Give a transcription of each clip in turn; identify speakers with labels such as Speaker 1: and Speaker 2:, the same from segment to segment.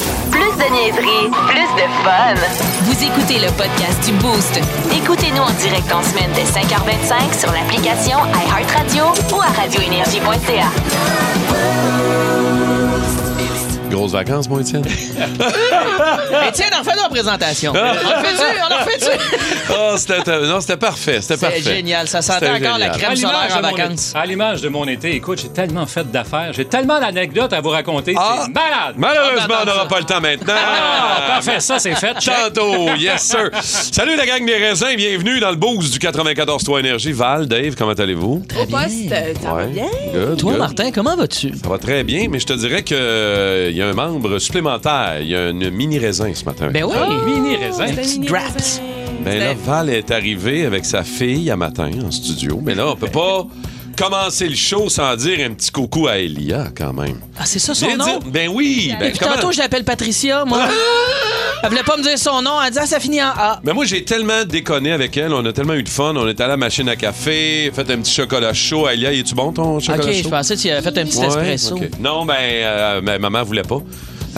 Speaker 1: de niaiserie, plus de fun.
Speaker 2: Vous écoutez le podcast du Boost. Écoutez-nous en direct en semaine dès 5h25 sur l'application iHeartRadio ou à radioénergie.ca.
Speaker 3: Grosses vacances, mon Étienne.
Speaker 4: Ben,
Speaker 5: Étienne, en fais-nous en présentation.
Speaker 3: Ah.
Speaker 5: On en fait-tu? On en fait-tu?
Speaker 3: oh, c'était euh, non, c'était parfait. C'était parfait.
Speaker 5: C'est génial. Ça sentait
Speaker 3: C'était
Speaker 5: encore la
Speaker 3: génial.
Speaker 5: crème solaire en
Speaker 6: Ah, de mon
Speaker 5: vacances.
Speaker 6: été- à l'image de mon été, écoute, j'ai tellement fait d'affaires, j'ai tellement d'anecdotes à vous raconter,
Speaker 3: Ah!
Speaker 6: c'est malade!
Speaker 3: Malheureusement,
Speaker 5: Ah,
Speaker 3: on
Speaker 5: ben,
Speaker 3: n'aura
Speaker 5: ça.
Speaker 3: pas le temps maintenant.
Speaker 6: Ah, parfait, ça c'est fait. Check.
Speaker 3: Tantôt, yes sir. Salut la gang des raisins, bienvenue dans le boost du 94 3 énergie. Val, Dave, comment allez-vous?
Speaker 4: Au poste, euh, ça va
Speaker 3: Ouais.
Speaker 4: bien?
Speaker 3: Good,
Speaker 5: Toi,
Speaker 3: good.
Speaker 5: Martin, comment vas-tu?
Speaker 3: Ça va très bien, mais je te dirais que euh, il y a un membre supplémentaire. Il y a une mini raisin ce matin.
Speaker 5: Ben oui.
Speaker 6: Mini raisin.
Speaker 4: C'était
Speaker 5: petit
Speaker 4: mini
Speaker 5: draps.
Speaker 4: raisin.
Speaker 3: Ben là, Val est arrivé avec sa fille à matin en studio. Mais là, on peut pas commencer le show sans dire un petit coucou à Elia quand même.
Speaker 5: Ah, c'est ça son
Speaker 3: Viens
Speaker 5: nom?
Speaker 3: dire- Ben oui. Ben,
Speaker 5: Et puis
Speaker 3: comment- Ah.
Speaker 5: tantôt, je l'appelle Patricia, moi. Elle voulait pas me dire son nom. Elle disait, ah, ça finit en A.
Speaker 3: Ben moi, j'ai tellement déconné avec elle. On a tellement eu de fun. On est allé à la machine à café, fait un petit chocolat chaud. Elia, es-tu bon ton
Speaker 5: OK,
Speaker 3: chocolat chaud?
Speaker 5: je pensais que tu avais fait un petit
Speaker 3: Ouais,
Speaker 5: espresso.
Speaker 3: ok. Non, ben, euh, ben, maman voulait pas.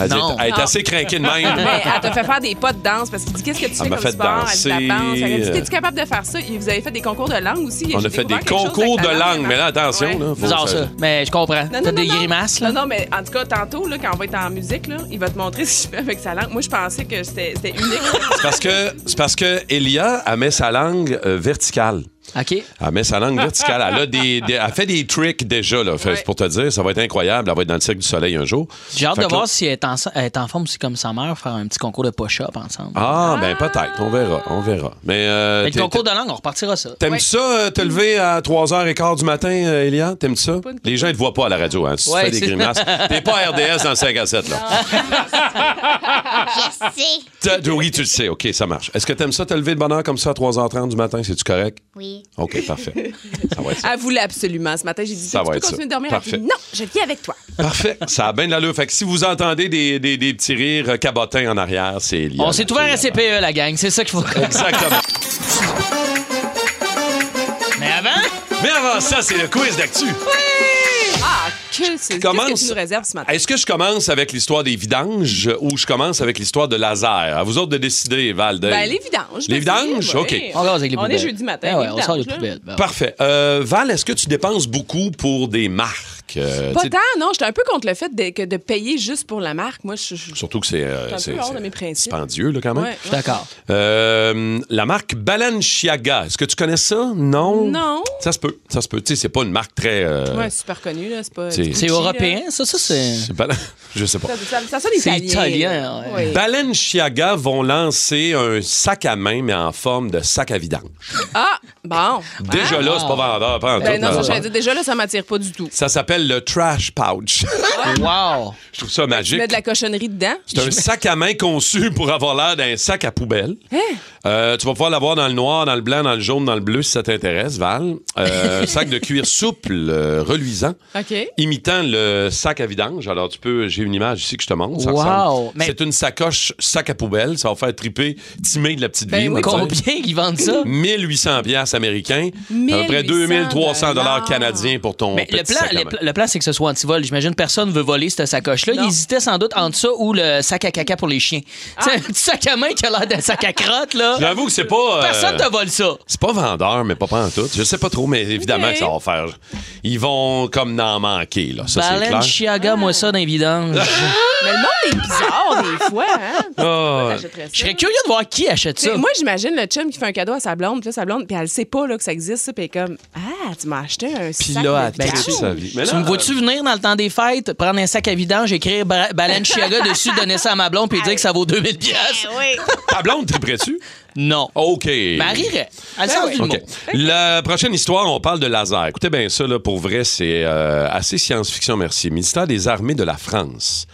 Speaker 3: Elle, dit-
Speaker 5: Non.
Speaker 3: elle est
Speaker 4: Non.
Speaker 3: assez craquée de
Speaker 4: Ben,
Speaker 3: même.
Speaker 4: elle t'a fait faire des pas de danse parce qu'il dit qu'est-ce que tu fais
Speaker 3: m'a
Speaker 4: comme
Speaker 3: fait
Speaker 4: sport? Elle
Speaker 3: danser,
Speaker 4: dit la danse. Elle a dit
Speaker 3: euh,
Speaker 4: t'es-tu capable de faire ça? Et vous avez fait des concours de langue aussi.
Speaker 3: On
Speaker 4: J'ai
Speaker 3: a fait des
Speaker 4: découvert quelque chose
Speaker 3: concours
Speaker 4: avec
Speaker 3: de
Speaker 4: la
Speaker 3: langue. Mais là, attention,
Speaker 4: Ouais.
Speaker 3: là. faut
Speaker 5: Bizarre,
Speaker 3: que
Speaker 5: ça. Mais je comprends.
Speaker 4: Non,
Speaker 5: T'as
Speaker 4: non,
Speaker 5: des
Speaker 4: non, non.
Speaker 5: grimaces, là.
Speaker 4: Non, non, mais en tout cas, tantôt, là, quand on va être en musique, là, il va te montrer ce qu'il fait avec sa langue. Moi, je pensais que c'était c'était unique.
Speaker 3: C'est parce que, c'est parce que Elia, elle met sa langue euh, verticale.
Speaker 5: OK.
Speaker 3: Elle met sa langue verticale. Elle, a des, des- elle fait des tricks déjà, là. Fait-
Speaker 4: Ouais.
Speaker 3: Pour te dire, ça va être incroyable. Elle va être dans le cirque du soleil un jour.
Speaker 5: J'ai hâte
Speaker 3: Fait
Speaker 5: de
Speaker 3: que là-
Speaker 5: voir si elle est, en, elle est en forme aussi comme sa mère, faire un petit concours de push-up ensemble.
Speaker 3: Ah, ben peut-être. On verra. On verra. Mais. euh,
Speaker 5: Mais
Speaker 3: t'es-
Speaker 5: le concours de langue, on repartira ça.
Speaker 3: T'aimes
Speaker 4: Ouais.
Speaker 3: ça, euh, te lever à 3h15 du matin, euh, Élia? T'aimes ça?
Speaker 4: une-
Speaker 3: Les gens ne te voient pas à la radio. Hein, si
Speaker 5: Ouais,
Speaker 3: tu fais des
Speaker 5: c'est-
Speaker 3: grimaces. T'es pas RDS dans le 5 à 7, là.
Speaker 7: Je sais.
Speaker 3: T'as- Oui, tu le sais. OK, ça marche. Est-ce que t'aimes ça, te lever de bonne heure comme ça à 3h30 du matin? C'est-tu correct?
Speaker 7: Oui.
Speaker 3: OK, parfait. Ça va être ça.
Speaker 4: elle voulait absolument. Ce matin, j'ai dit
Speaker 3: Ça
Speaker 4: tu
Speaker 3: va
Speaker 4: peux
Speaker 3: être ça.
Speaker 4: continuer de dormir
Speaker 3: Parfait.
Speaker 4: Elle dit, Non, je viens avec toi.
Speaker 3: Parfait. Ça a bien de l'allure. Fait que si vous entendez des, des- des petits rires euh, cabotins en arrière, c'est Élia.
Speaker 5: On s'est ouvert à CPE, la gang. C'est ça qu'il faut.
Speaker 3: Exactement.
Speaker 5: Mais avant,
Speaker 3: Mais avant ça, c'est le quiz d'actu.
Speaker 4: Ah, que c'est
Speaker 3: Commence-
Speaker 4: Qu'est-ce que tu nous réserves ce matin?
Speaker 3: Est-ce que je commence avec l'histoire des vidanges ou je commence avec l'histoire de Lazare? À vous autres de décider, Val. Dave.
Speaker 4: Ben, les vidanges.
Speaker 3: Les
Speaker 4: parce que-
Speaker 3: vidanges?
Speaker 4: ouais.
Speaker 3: OK.
Speaker 5: on rase avec les
Speaker 4: Ben On
Speaker 5: poubelles.
Speaker 4: est jeudi matin.
Speaker 5: Ah ouais,
Speaker 4: les
Speaker 5: on sort les
Speaker 4: vidanges, là.
Speaker 5: poubelles. Ben ouais.
Speaker 3: Parfait. Euh, Val, est-ce que tu dépenses beaucoup pour des marques? Euh,
Speaker 4: Pas
Speaker 3: t'sais,
Speaker 4: tant, non. J'étais un peu contre le fait de, que de payer juste pour la marque. Moi, je, je-
Speaker 3: Surtout que c'est euh,
Speaker 4: un
Speaker 3: c'est-
Speaker 4: peu hors de
Speaker 3: c'est
Speaker 4: mes principes.
Speaker 3: dispendieux, là, quand même.
Speaker 4: Ouais,
Speaker 5: Je suis
Speaker 4: ouais.
Speaker 5: d'accord.
Speaker 3: Euh, la marque Balenciaga, est-ce que tu connais ça? Non?
Speaker 4: Non.
Speaker 3: Ça se peut, ça se peut. Tu sais, c'est pas une marque très... euh,
Speaker 4: Ouais, super connu, là. C'est pas.
Speaker 3: C'est-
Speaker 5: C'est
Speaker 4: Gucci,
Speaker 5: européen, ça, ça, c'est.
Speaker 3: c'est Balen- Je sais pas.
Speaker 4: là. Ça, ça, ça sonne
Speaker 5: C'est
Speaker 4: italien.
Speaker 5: italien,
Speaker 4: là.
Speaker 5: ouais.
Speaker 4: Oui.
Speaker 3: Balenciaga vont lancer un sac à main, mais en forme de sac à vidange.
Speaker 4: Ah, bon.
Speaker 3: Déjà là, c'est pas vendeur, pas en
Speaker 4: Ben
Speaker 3: tout,
Speaker 4: non, ça,
Speaker 3: non.
Speaker 4: j'allais dire, déjà là, ça m'attire pas du tout.
Speaker 3: Ça s'appelle le trash pouch.
Speaker 5: Wow!
Speaker 3: Je trouve ça
Speaker 4: Tu
Speaker 3: magique.
Speaker 4: mets de la cochonnerie dedans.
Speaker 3: C'est un sac à main conçu pour avoir l'air d'un sac à poubelle.
Speaker 4: Hein?
Speaker 3: Euh, tu vas pouvoir l'avoir dans le noir, dans le blanc, dans le jaune, dans le bleu, si ça t'intéresse, Val. Euh, un sac de cuir souple, euh, reluisant,
Speaker 4: OK.
Speaker 3: imitant le sac à vidange. Alors, tu peux, j'ai une image ici que je te montre. Ça
Speaker 5: Wow.
Speaker 3: ressemble-
Speaker 5: Mais-
Speaker 3: C'est une sacoche sac à poubelle. Ça va faire triper Timé de la petite
Speaker 4: Ben
Speaker 3: vie. moi,
Speaker 4: oui.
Speaker 3: tu sais.
Speaker 5: Combien ils vendent ça?
Speaker 3: 1800 pièces américains, à peu près
Speaker 4: 1800
Speaker 3: 2300 dollars
Speaker 4: dollars
Speaker 3: canadiens pour ton
Speaker 5: Mais
Speaker 3: petit
Speaker 5: le plan,
Speaker 3: sac à
Speaker 5: le,
Speaker 3: main.
Speaker 5: pla- le plan, c'est que ce soit anti-vol. J'imagine personne veut voler cette sacoche-là. Il
Speaker 4: Non.
Speaker 5: hésitait sans doute entre ça ou le sac à caca pour les chiens.
Speaker 3: Ah.
Speaker 5: C'est un petit sac à main qui a l'air d'un sac à crotte, là.
Speaker 3: J'avoue que c'est pas euh,
Speaker 5: Personne te vole ça.
Speaker 3: C'est pas vendeur, mais pas en tout. Je sais pas trop, mais évidemment
Speaker 4: Ok.
Speaker 3: que ça va faire. Ils vont comme en manquer, là. Ça, c'est clair.
Speaker 5: Balenciaga, moi ça, dans les vidanges.
Speaker 4: Mais le monde est bizarre, des fois, hein?
Speaker 3: Ah,
Speaker 4: J'achèterais ça.
Speaker 5: Je serais curieux de voir qui achète
Speaker 4: Tu sais,
Speaker 5: ça.
Speaker 4: moi, j'imagine le chum qui fait un cadeau à sa blonde, puis là, sa blonde, puis elle sait pas là, que ça existe, ça, puis elle est comme Ah, tu m'as acheté un
Speaker 3: Puis
Speaker 4: sac
Speaker 3: là,
Speaker 4: de
Speaker 3: elle
Speaker 5: ben,
Speaker 3: tripe
Speaker 5: tu-
Speaker 3: sa vie. Mais
Speaker 5: tu
Speaker 3: là, euh,
Speaker 5: me vois-tu venir dans le temps des fêtes, prendre un sac à vidange, écrire Ba- Balenciaga dessus, donner ça à ma blonde, puis dire que ça vaut 2000 pièces
Speaker 3: Ta blonde triperais-tu?
Speaker 5: Non.
Speaker 3: Eh OK. Ben
Speaker 5: Marie, elle sens du
Speaker 3: OK.
Speaker 5: mot.
Speaker 3: La prochaine histoire, on parle de laser. Écoutez bien ça, là, pour vrai, c'est euh, assez science-fiction, merci. Ministère des Armées de la France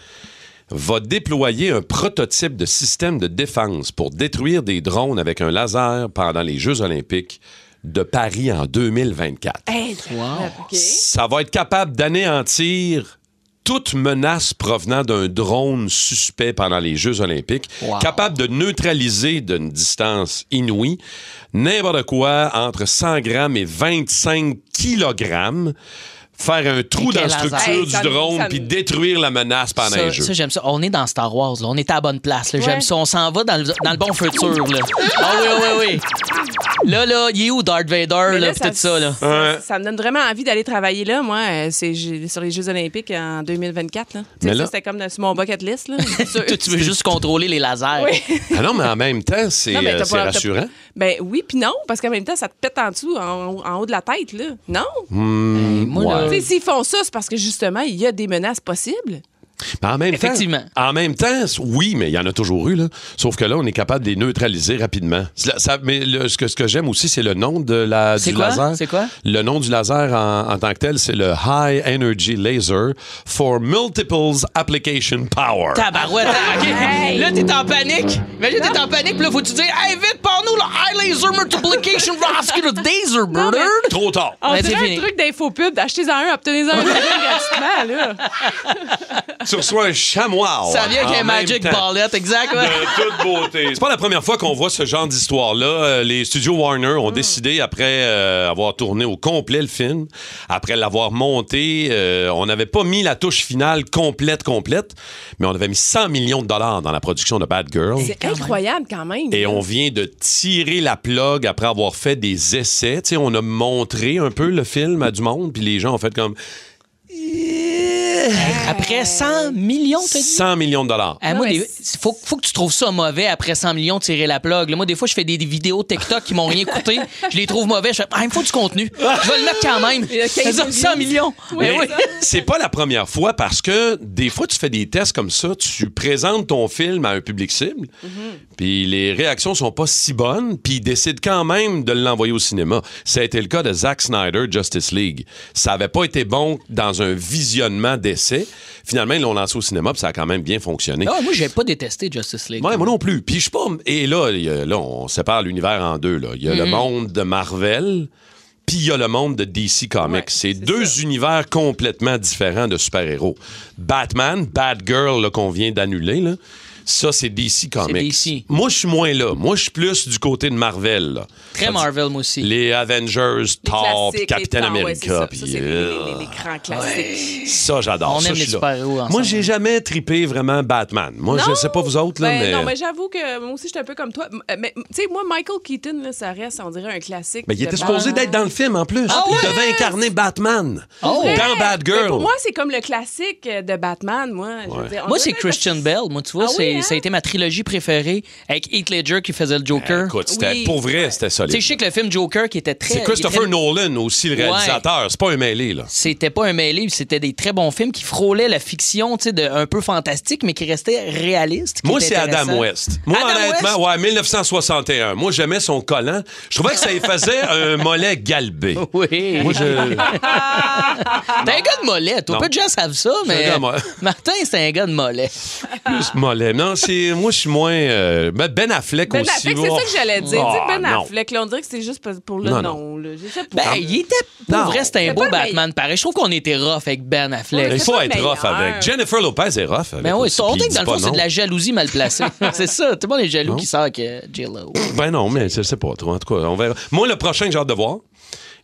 Speaker 3: va déployer un prototype de système de défense pour détruire des drones avec un laser pendant les Jeux olympiques de Paris en 2024.
Speaker 4: Hey,
Speaker 5: Wow.
Speaker 4: OK.
Speaker 3: Ça va être capable d'anéantir toute menace provenant d'un drone suspect pendant les Jeux olympiques,
Speaker 5: Wow.
Speaker 3: capable de neutraliser d'une distance inouïe n'importe quoi entre 100 grammes et 25 kilogrammes. faire un trou
Speaker 5: Et
Speaker 3: dans la
Speaker 5: quel hasard.
Speaker 3: structure
Speaker 4: Hey,
Speaker 3: du
Speaker 4: ça me-
Speaker 3: drone
Speaker 4: ça me-
Speaker 3: puis détruire la menace par
Speaker 5: Ça,
Speaker 3: un jeu.
Speaker 5: ça, j'aime ça. On est dans Star Wars, là. on est à la bonne place. là. J'aime
Speaker 4: Ouais.
Speaker 5: ça. On s'en va dans le, dans le bon futur. Là. Ah oui, oui, oui. Là, là, il est où Darth Vader, là,
Speaker 4: Mais là,
Speaker 5: pis tout ça, là?
Speaker 3: Ouais.
Speaker 4: ça me donne vraiment envie d'aller travailler là, moi, euh, c'est j'ai- sur les Jeux Olympiques en 2024. Là. Tu
Speaker 3: Mais
Speaker 4: sais,
Speaker 3: là-
Speaker 4: ça, C'était comme sur mon bucket list. Là. Sur-
Speaker 5: Toi, tu veux juste contrôler les lasers.
Speaker 4: Oui.
Speaker 3: Ah non, mais en même temps, c'est
Speaker 4: Non, mais
Speaker 3: euh,
Speaker 4: t'as
Speaker 3: c'est
Speaker 4: pas- t'as-
Speaker 3: rassurant.
Speaker 4: Ben oui, puis non, parce qu'en même temps, ça te pète en dessous, en, en haut de la tête, là. Non.
Speaker 5: Moi, là,
Speaker 4: Tu sais, s'ils font ça, c'est parce que justement, il y a des menaces possibles.
Speaker 3: Mais en même
Speaker 5: Effectivement.
Speaker 3: Temps, en même temps, oui, mais il y en a toujours eu. Là. Sauf que là, on est capable de les neutraliser rapidement. Cela- ça- mais le- ce que, ce que j'aime aussi, c'est le nom de la,
Speaker 5: C'est
Speaker 3: du
Speaker 5: quoi?
Speaker 3: laser.
Speaker 5: C'est quoi?
Speaker 3: Le nom du laser en, en tant que tel, c'est le High Energy Laser for Multiples Application Power.
Speaker 5: Tabarouette, hein, ok.
Speaker 4: Hey.
Speaker 5: Là, t'es en panique. Imagine, t'es en panique, puis là, faut-tu dire, hey, vite, parle-nous le high laser multiplication vascular laser, brother.
Speaker 3: Trop tard.
Speaker 4: On
Speaker 5: Ben, c'est
Speaker 4: dirait
Speaker 5: fini.
Speaker 4: un truc d'infopub, d'achetez-en un, obtenez-en un gratuitement, là.
Speaker 3: tu reçois un chamois.
Speaker 5: Ça vient avec
Speaker 3: en
Speaker 5: un
Speaker 3: même
Speaker 5: Magic
Speaker 3: temps.
Speaker 5: Bullet, exact, ouais.
Speaker 3: De toute beauté. C'est pas la première fois qu'on voit ce genre d'histoire-là. Euh, Les studios Warner ont décidé, après euh, avoir tourné au complet le film, après l'avoir monté, euh, on n'avait pas mis la touche finale complète, complète, mais on avait mis 100 millions de dollars dans la production de Bad Girl.
Speaker 4: C'est incroyable quand même.
Speaker 3: Et on vient de tirer la plug après avoir fait des essais. Tu sais, on a montré un peu le film à du monde, puis les gens ont fait comme
Speaker 5: Après 100 millions, t'as dit?
Speaker 3: 100 millions de dollars.
Speaker 5: Ah,
Speaker 4: Non,
Speaker 5: moi,
Speaker 4: mais
Speaker 5: des- faut, faut que tu trouves ça mauvais après 100 millions de tirer la plug. là. moi, des fois, je fais des, des vidéos TikTok qui m'ont rien coûté. Je les trouve mauvais. Je fais, ah, il me faut du contenu. Je vais le mettre quand même.
Speaker 4: Il y a 15
Speaker 5: Ça, 100 millions. Mais
Speaker 3: Mais
Speaker 5: oui.
Speaker 3: c'est pas la première fois parce que des fois, tu fais des tests comme ça, tu présentes ton film à un public cible,
Speaker 5: Mm-hmm.
Speaker 3: puis les réactions sont pas si bonnes, puis ils décident quand même de l'envoyer au cinéma. Ça a été le cas de Zack Snyder, Justice League. Ça avait pas été bon dans un visionnement d'essai. Finalement, ils l'ont lancé au cinéma, puis ça a quand même bien fonctionné.
Speaker 5: Non, Ah, moi, j'ai pas détesté Justice League.
Speaker 3: Ouais, moi non plus. Puis je suis pas. Et là, il y a- là, on sépare l'univers en deux. là. Il y a
Speaker 4: Mm-hmm.
Speaker 3: le monde de Marvel, puis il y a le monde de DC Comics.
Speaker 4: Ouais,
Speaker 3: c'est
Speaker 4: c'est
Speaker 3: deux univers complètement différents de super-héros. Batman, Batgirl, là, qu'on vient d'annuler, là, ça, c'est DC Comics.
Speaker 5: DC.
Speaker 3: Moi, je suis moins là. Moi, je suis plus du côté de Marvel. là.
Speaker 5: Très Marvel, moi aussi.
Speaker 3: Les Avengers, Thor, puis
Speaker 4: classiques,
Speaker 3: Captain
Speaker 4: les temps, ouais, c'est ça.
Speaker 3: America.
Speaker 4: Ça,
Speaker 3: puis,
Speaker 4: c'est les-
Speaker 3: euh,
Speaker 4: les- les- les grands classiques.
Speaker 3: ça, j'adore.
Speaker 5: On
Speaker 3: Ça,
Speaker 5: aime
Speaker 3: je
Speaker 5: les
Speaker 3: suis là.
Speaker 5: super-héros
Speaker 3: Moi,
Speaker 5: ensemble.
Speaker 3: j'ai jamais trippé vraiment Batman. Moi, je
Speaker 4: Non.
Speaker 3: sais pas vous autres, là,
Speaker 4: Ben,
Speaker 3: mais. euh,
Speaker 4: Non, mais j'avoue que moi aussi, je suis un peu comme toi. M- euh, Mais, tu sais, moi, Michael Keaton, là, ça reste, on dirait, un classique.
Speaker 3: Mais Ben, il
Speaker 4: de
Speaker 3: était supposé
Speaker 4: base.
Speaker 3: d'être dans le film en plus. il devait incarner Batman dans Bad
Speaker 4: Mais
Speaker 3: Girl.
Speaker 4: Pour moi, c'est comme le classique euh, de Batman, moi. Je veux dire, on
Speaker 5: Moi,
Speaker 4: dirait
Speaker 5: c'est
Speaker 4: que-
Speaker 5: Christian Bell. Moi, tu vois,
Speaker 4: Ah oui,
Speaker 5: c'est-
Speaker 4: hein?
Speaker 5: ça a été ma trilogie préférée avec Heath Ledger qui faisait le Joker.
Speaker 3: Écoute, c'était-
Speaker 4: Oui.
Speaker 3: pour vrai, c'était
Speaker 5: tu sais,
Speaker 3: solide.
Speaker 5: je sais que le film Joker qui était très.
Speaker 3: C'est Christopher
Speaker 5: il était-
Speaker 3: Nolan aussi, le
Speaker 5: Ouais.
Speaker 3: réalisateur. C'est pas un mêlé, là.
Speaker 5: C'était pas un mêlé, c'était des très bons films qui frôlaient la fiction, tu sais, de- un peu fantastique, mais qui restaient réalistes. qui
Speaker 3: Moi,
Speaker 5: étaient
Speaker 3: c'est Adam
Speaker 5: intéressants.
Speaker 3: West. Moi,
Speaker 5: Adam
Speaker 3: honnêtement, ouais, 1961. Moi, j'aimais son collant. Je trouvais que ça y faisait un mollet galbé.
Speaker 5: Oui.
Speaker 3: Moi, je.
Speaker 5: T'es un gars de mollet. Toi,
Speaker 3: Non.
Speaker 5: peu de gens savent ça,
Speaker 3: un
Speaker 5: mais.
Speaker 3: gars de mollet.
Speaker 5: Martin, c'est un gars de mollet.
Speaker 3: Plus mollet. Non, c'est. Moi, je suis moins. euh, ben- Ben Affleck
Speaker 4: Ben
Speaker 3: aussi.
Speaker 4: Affleck,
Speaker 3: oh.
Speaker 4: c'est ça que j'allais dire.
Speaker 3: Ah,
Speaker 4: Tu sais, ben
Speaker 3: non.
Speaker 4: Affleck, là, on dirait que c'est juste pour- pour le
Speaker 3: Non,
Speaker 4: nom. là. Je sais pas.
Speaker 5: Ben, il était. Pour
Speaker 3: Non.
Speaker 5: vrai, c'était un
Speaker 4: C'est
Speaker 5: beau
Speaker 4: pas le
Speaker 5: Batman, pareil. Je trouve qu'on était rough avec Ben Affleck.
Speaker 3: Il
Speaker 4: c'est
Speaker 3: faut
Speaker 4: pas
Speaker 3: être rough
Speaker 4: meilleur.
Speaker 3: avec. Jennifer Lopez est rough avec.
Speaker 5: Ben oui,
Speaker 3: aussi,
Speaker 5: on
Speaker 3: puis
Speaker 5: dit
Speaker 3: il
Speaker 5: que dans
Speaker 3: dit
Speaker 5: le fond,
Speaker 3: pas
Speaker 5: c'est de
Speaker 3: non.
Speaker 5: la jalousie mal placée. c'est ça. Tout le monde est jaloux
Speaker 3: Non.
Speaker 5: qui sort que J-Lo.
Speaker 3: Ben non, mais je sais pas trop. En tout cas, on verra. Moi, le prochain que j'ai hâte de voir.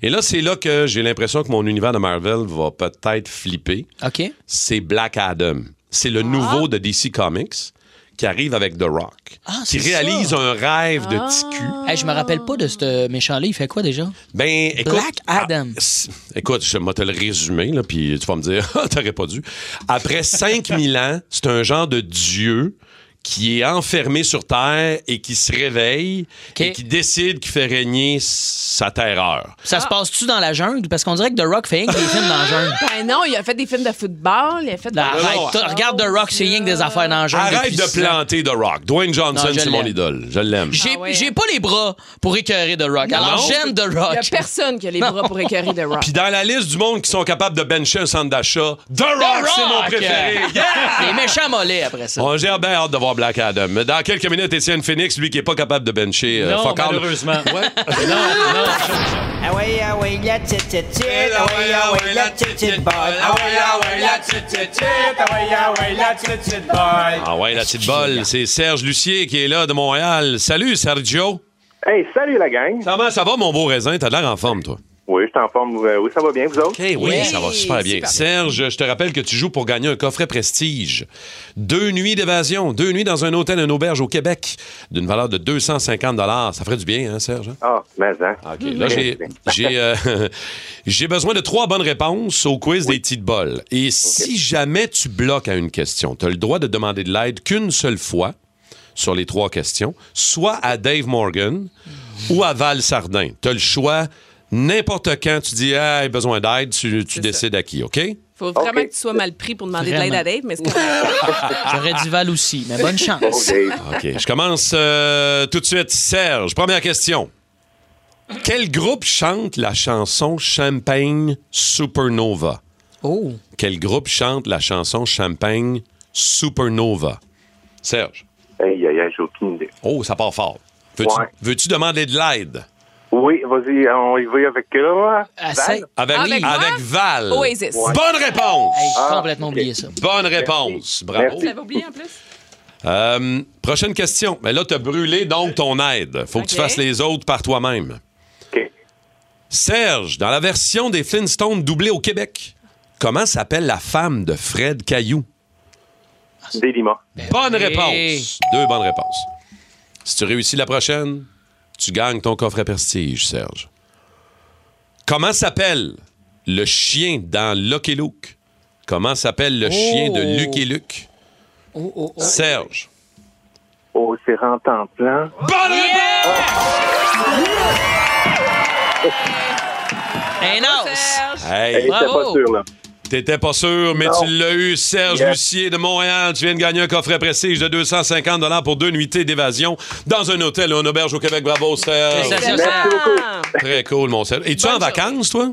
Speaker 3: Et là, c'est là que j'ai l'impression que mon univers de Marvel va peut-être flipper.
Speaker 5: OK.
Speaker 3: C'est Black Adam. C'est
Speaker 5: Ah.
Speaker 3: le nouveau de DC Comics qui arrive avec The Rock.
Speaker 5: Ah,
Speaker 3: qui
Speaker 5: c'est ça. Ah.
Speaker 3: réalise un rêve de petit cul.
Speaker 5: Hey, je me rappelle pas de ce méchant-là. Il fait quoi déjà?
Speaker 3: Ben, écoute.
Speaker 5: Black
Speaker 3: ah,
Speaker 5: Adam.
Speaker 3: s- écoute, je vais te le résumer, là, puis tu vas me dire, Ah, t'aurais pas dû. Après 5000 ans, c'est un genre de dieu qui est enfermé sur Terre et qui se réveille
Speaker 5: OK.
Speaker 3: et qui décide qu'il fait régner sa terreur.
Speaker 4: Ah.
Speaker 5: Ça se passe-tu dans la jungle? Parce qu'on dirait que The Rock fait rien que des films dans la jungle.
Speaker 4: Ben non, il a fait des films de football, il a fait.
Speaker 5: Là,
Speaker 4: de-
Speaker 5: arrête.
Speaker 3: non.
Speaker 5: Toi, Regarde The Rock, c'est rien que des affaires dans la jungle.
Speaker 3: Arrête
Speaker 5: depuis
Speaker 3: de
Speaker 5: six ans.
Speaker 3: planter The Rock. Dwayne Johnson,
Speaker 5: Non, je
Speaker 3: c'est mon
Speaker 5: l'aime.
Speaker 3: idole. Je l'aime.
Speaker 5: J'ai
Speaker 4: Ah ouais.
Speaker 5: j'ai pas les bras pour écœurer The Rock. Alors
Speaker 3: Non.
Speaker 5: j'aime The
Speaker 4: Il y a
Speaker 5: Rock.
Speaker 4: personne qui a les bras pour écœurer The Rock.
Speaker 3: Puis dans la liste du monde qui sont capables de bencher un centre d'achat, The, Rock, c'est mon
Speaker 5: Rock!
Speaker 3: préféré. Yeah!
Speaker 5: Les méchants mollets après ça.
Speaker 3: On- J'ai bien hâte de voir Black Adam. Mais Dans quelques minutes, Étienne Phoenix, lui qui est pas capable de bencher, euh,
Speaker 6: Non,
Speaker 3: fuck all.
Speaker 6: malheureusement. Non, non.
Speaker 7: Ah ouais, ah ouais, la tchit tchit tchit, ah ouais, ah ouais, la tchit tchit boy, ah ouais, ah ouais, la tchit tchit tchit, ah ouais, ah ouais, la tchit tchit boy.
Speaker 3: Ah ouais, la petite balle, c'est Serge Lucier qui est là de Montréal. Salut Sergio.
Speaker 8: Hey, salut la gang.
Speaker 3: Comment ça va mon beau raisin? T'as de l'air en forme, toi.
Speaker 8: Oui, je t'en forme. Euh, Oui, ça va bien, vous autres?
Speaker 3: OK, oui,
Speaker 5: Oui,
Speaker 3: ça va super bien.
Speaker 4: super.
Speaker 3: Serge, je te rappelle que tu joues pour gagner un coffret prestige. Deux nuits d'évasion, deux nuits dans un hôtel, une auberge au Québec, d'une valeur de 250 Ça ferait du bien, hein, Serge? hein?
Speaker 8: Ah, mais hein.
Speaker 3: OK, là, j'ai- j'ai euh, j'ai besoin de trois bonnes réponses au quiz des petites bols. Et si jamais tu bloques à une question, tu as le droit de demander de l'aide qu'une seule fois sur les trois questions, soit à Dave Morgan ou à Val Sardin. Tu as le choix n'importe quand. Tu dis, hey, besoin d'aide, tu, tu
Speaker 4: ça.
Speaker 3: décides à qui, OK?
Speaker 4: Faut vraiment
Speaker 8: Ok.
Speaker 4: que tu sois mal pris pour demander de
Speaker 5: Vraiment.
Speaker 4: l'aide à Dave, mais c'est correct.
Speaker 5: J'aurais du Val aussi, mais bonne
Speaker 8: Oh,
Speaker 5: chance.
Speaker 3: OK, je commence euh, tout de suite. Serge, première question. Quel groupe chante la chanson Champagne Supernova?
Speaker 5: Oh,
Speaker 3: Quel groupe chante la chanson Champagne Supernova? Serge.
Speaker 8: Aïe, aïe, aïe, j'ai aucune idée.
Speaker 3: Oh, ça part fort. Veux-tu
Speaker 8: Ouais.
Speaker 3: veux-tu demander de l'aide?
Speaker 8: Oui, vas-y, on y va avec euh, là.
Speaker 5: essaye.
Speaker 3: Avec,
Speaker 4: Avec Ah, ben, moi?
Speaker 3: Val.
Speaker 4: Oasis.
Speaker 8: Ouais.
Speaker 3: Bonne réponse!
Speaker 5: Hey, j'ai
Speaker 8: Ah,
Speaker 5: complètement
Speaker 8: ok.
Speaker 5: oublié ça.
Speaker 3: Bonne réponse. Bravo.
Speaker 4: Tu l'avais oublié en plus?
Speaker 3: Euh, prochaine question. Mais là, t'as brûlé donc ton aide. Faut que tu
Speaker 4: Ok.
Speaker 3: fasses les autres par toi-même.
Speaker 8: OK.
Speaker 3: Serge, dans la version des Flintstones doublée au Québec, comment s'appelle la femme de Fred Caillou?
Speaker 8: Délima.
Speaker 3: Bonne
Speaker 5: oui.
Speaker 3: réponse. Deux bonnes réponses. Si tu réussis la prochaine, tu gagnes ton coffret prestige, Serge. Comment s'appelle le chien dans Lucky Luke? Comment s'appelle le chien de Lucky Luke?
Speaker 5: Oh, oh, oh.
Speaker 3: Serge.
Speaker 8: Oh, c'est rentant plan.
Speaker 3: Bonne réponse!
Speaker 5: Un
Speaker 4: Ah,
Speaker 5: os! Ah
Speaker 4: Serge!
Speaker 8: Hey,
Speaker 3: Hey,
Speaker 8: j'étais pas
Speaker 5: bravo.
Speaker 8: sûr, là.
Speaker 3: t'étais pas sûr, mais
Speaker 8: Non.
Speaker 3: tu l'as eu, Serge
Speaker 8: Yes.
Speaker 3: Lucier de Montréal. Tu viens de gagner un coffret prestige de 250 pour deux nuitées d'évasion dans un hôtel ou une auberge au Québec. Bravo, Serge.
Speaker 5: Félicitations,
Speaker 8: Merci
Speaker 5: Serge.
Speaker 8: beaucoup.
Speaker 3: Très cool, mon Serge. Es-tu en vacances, toi?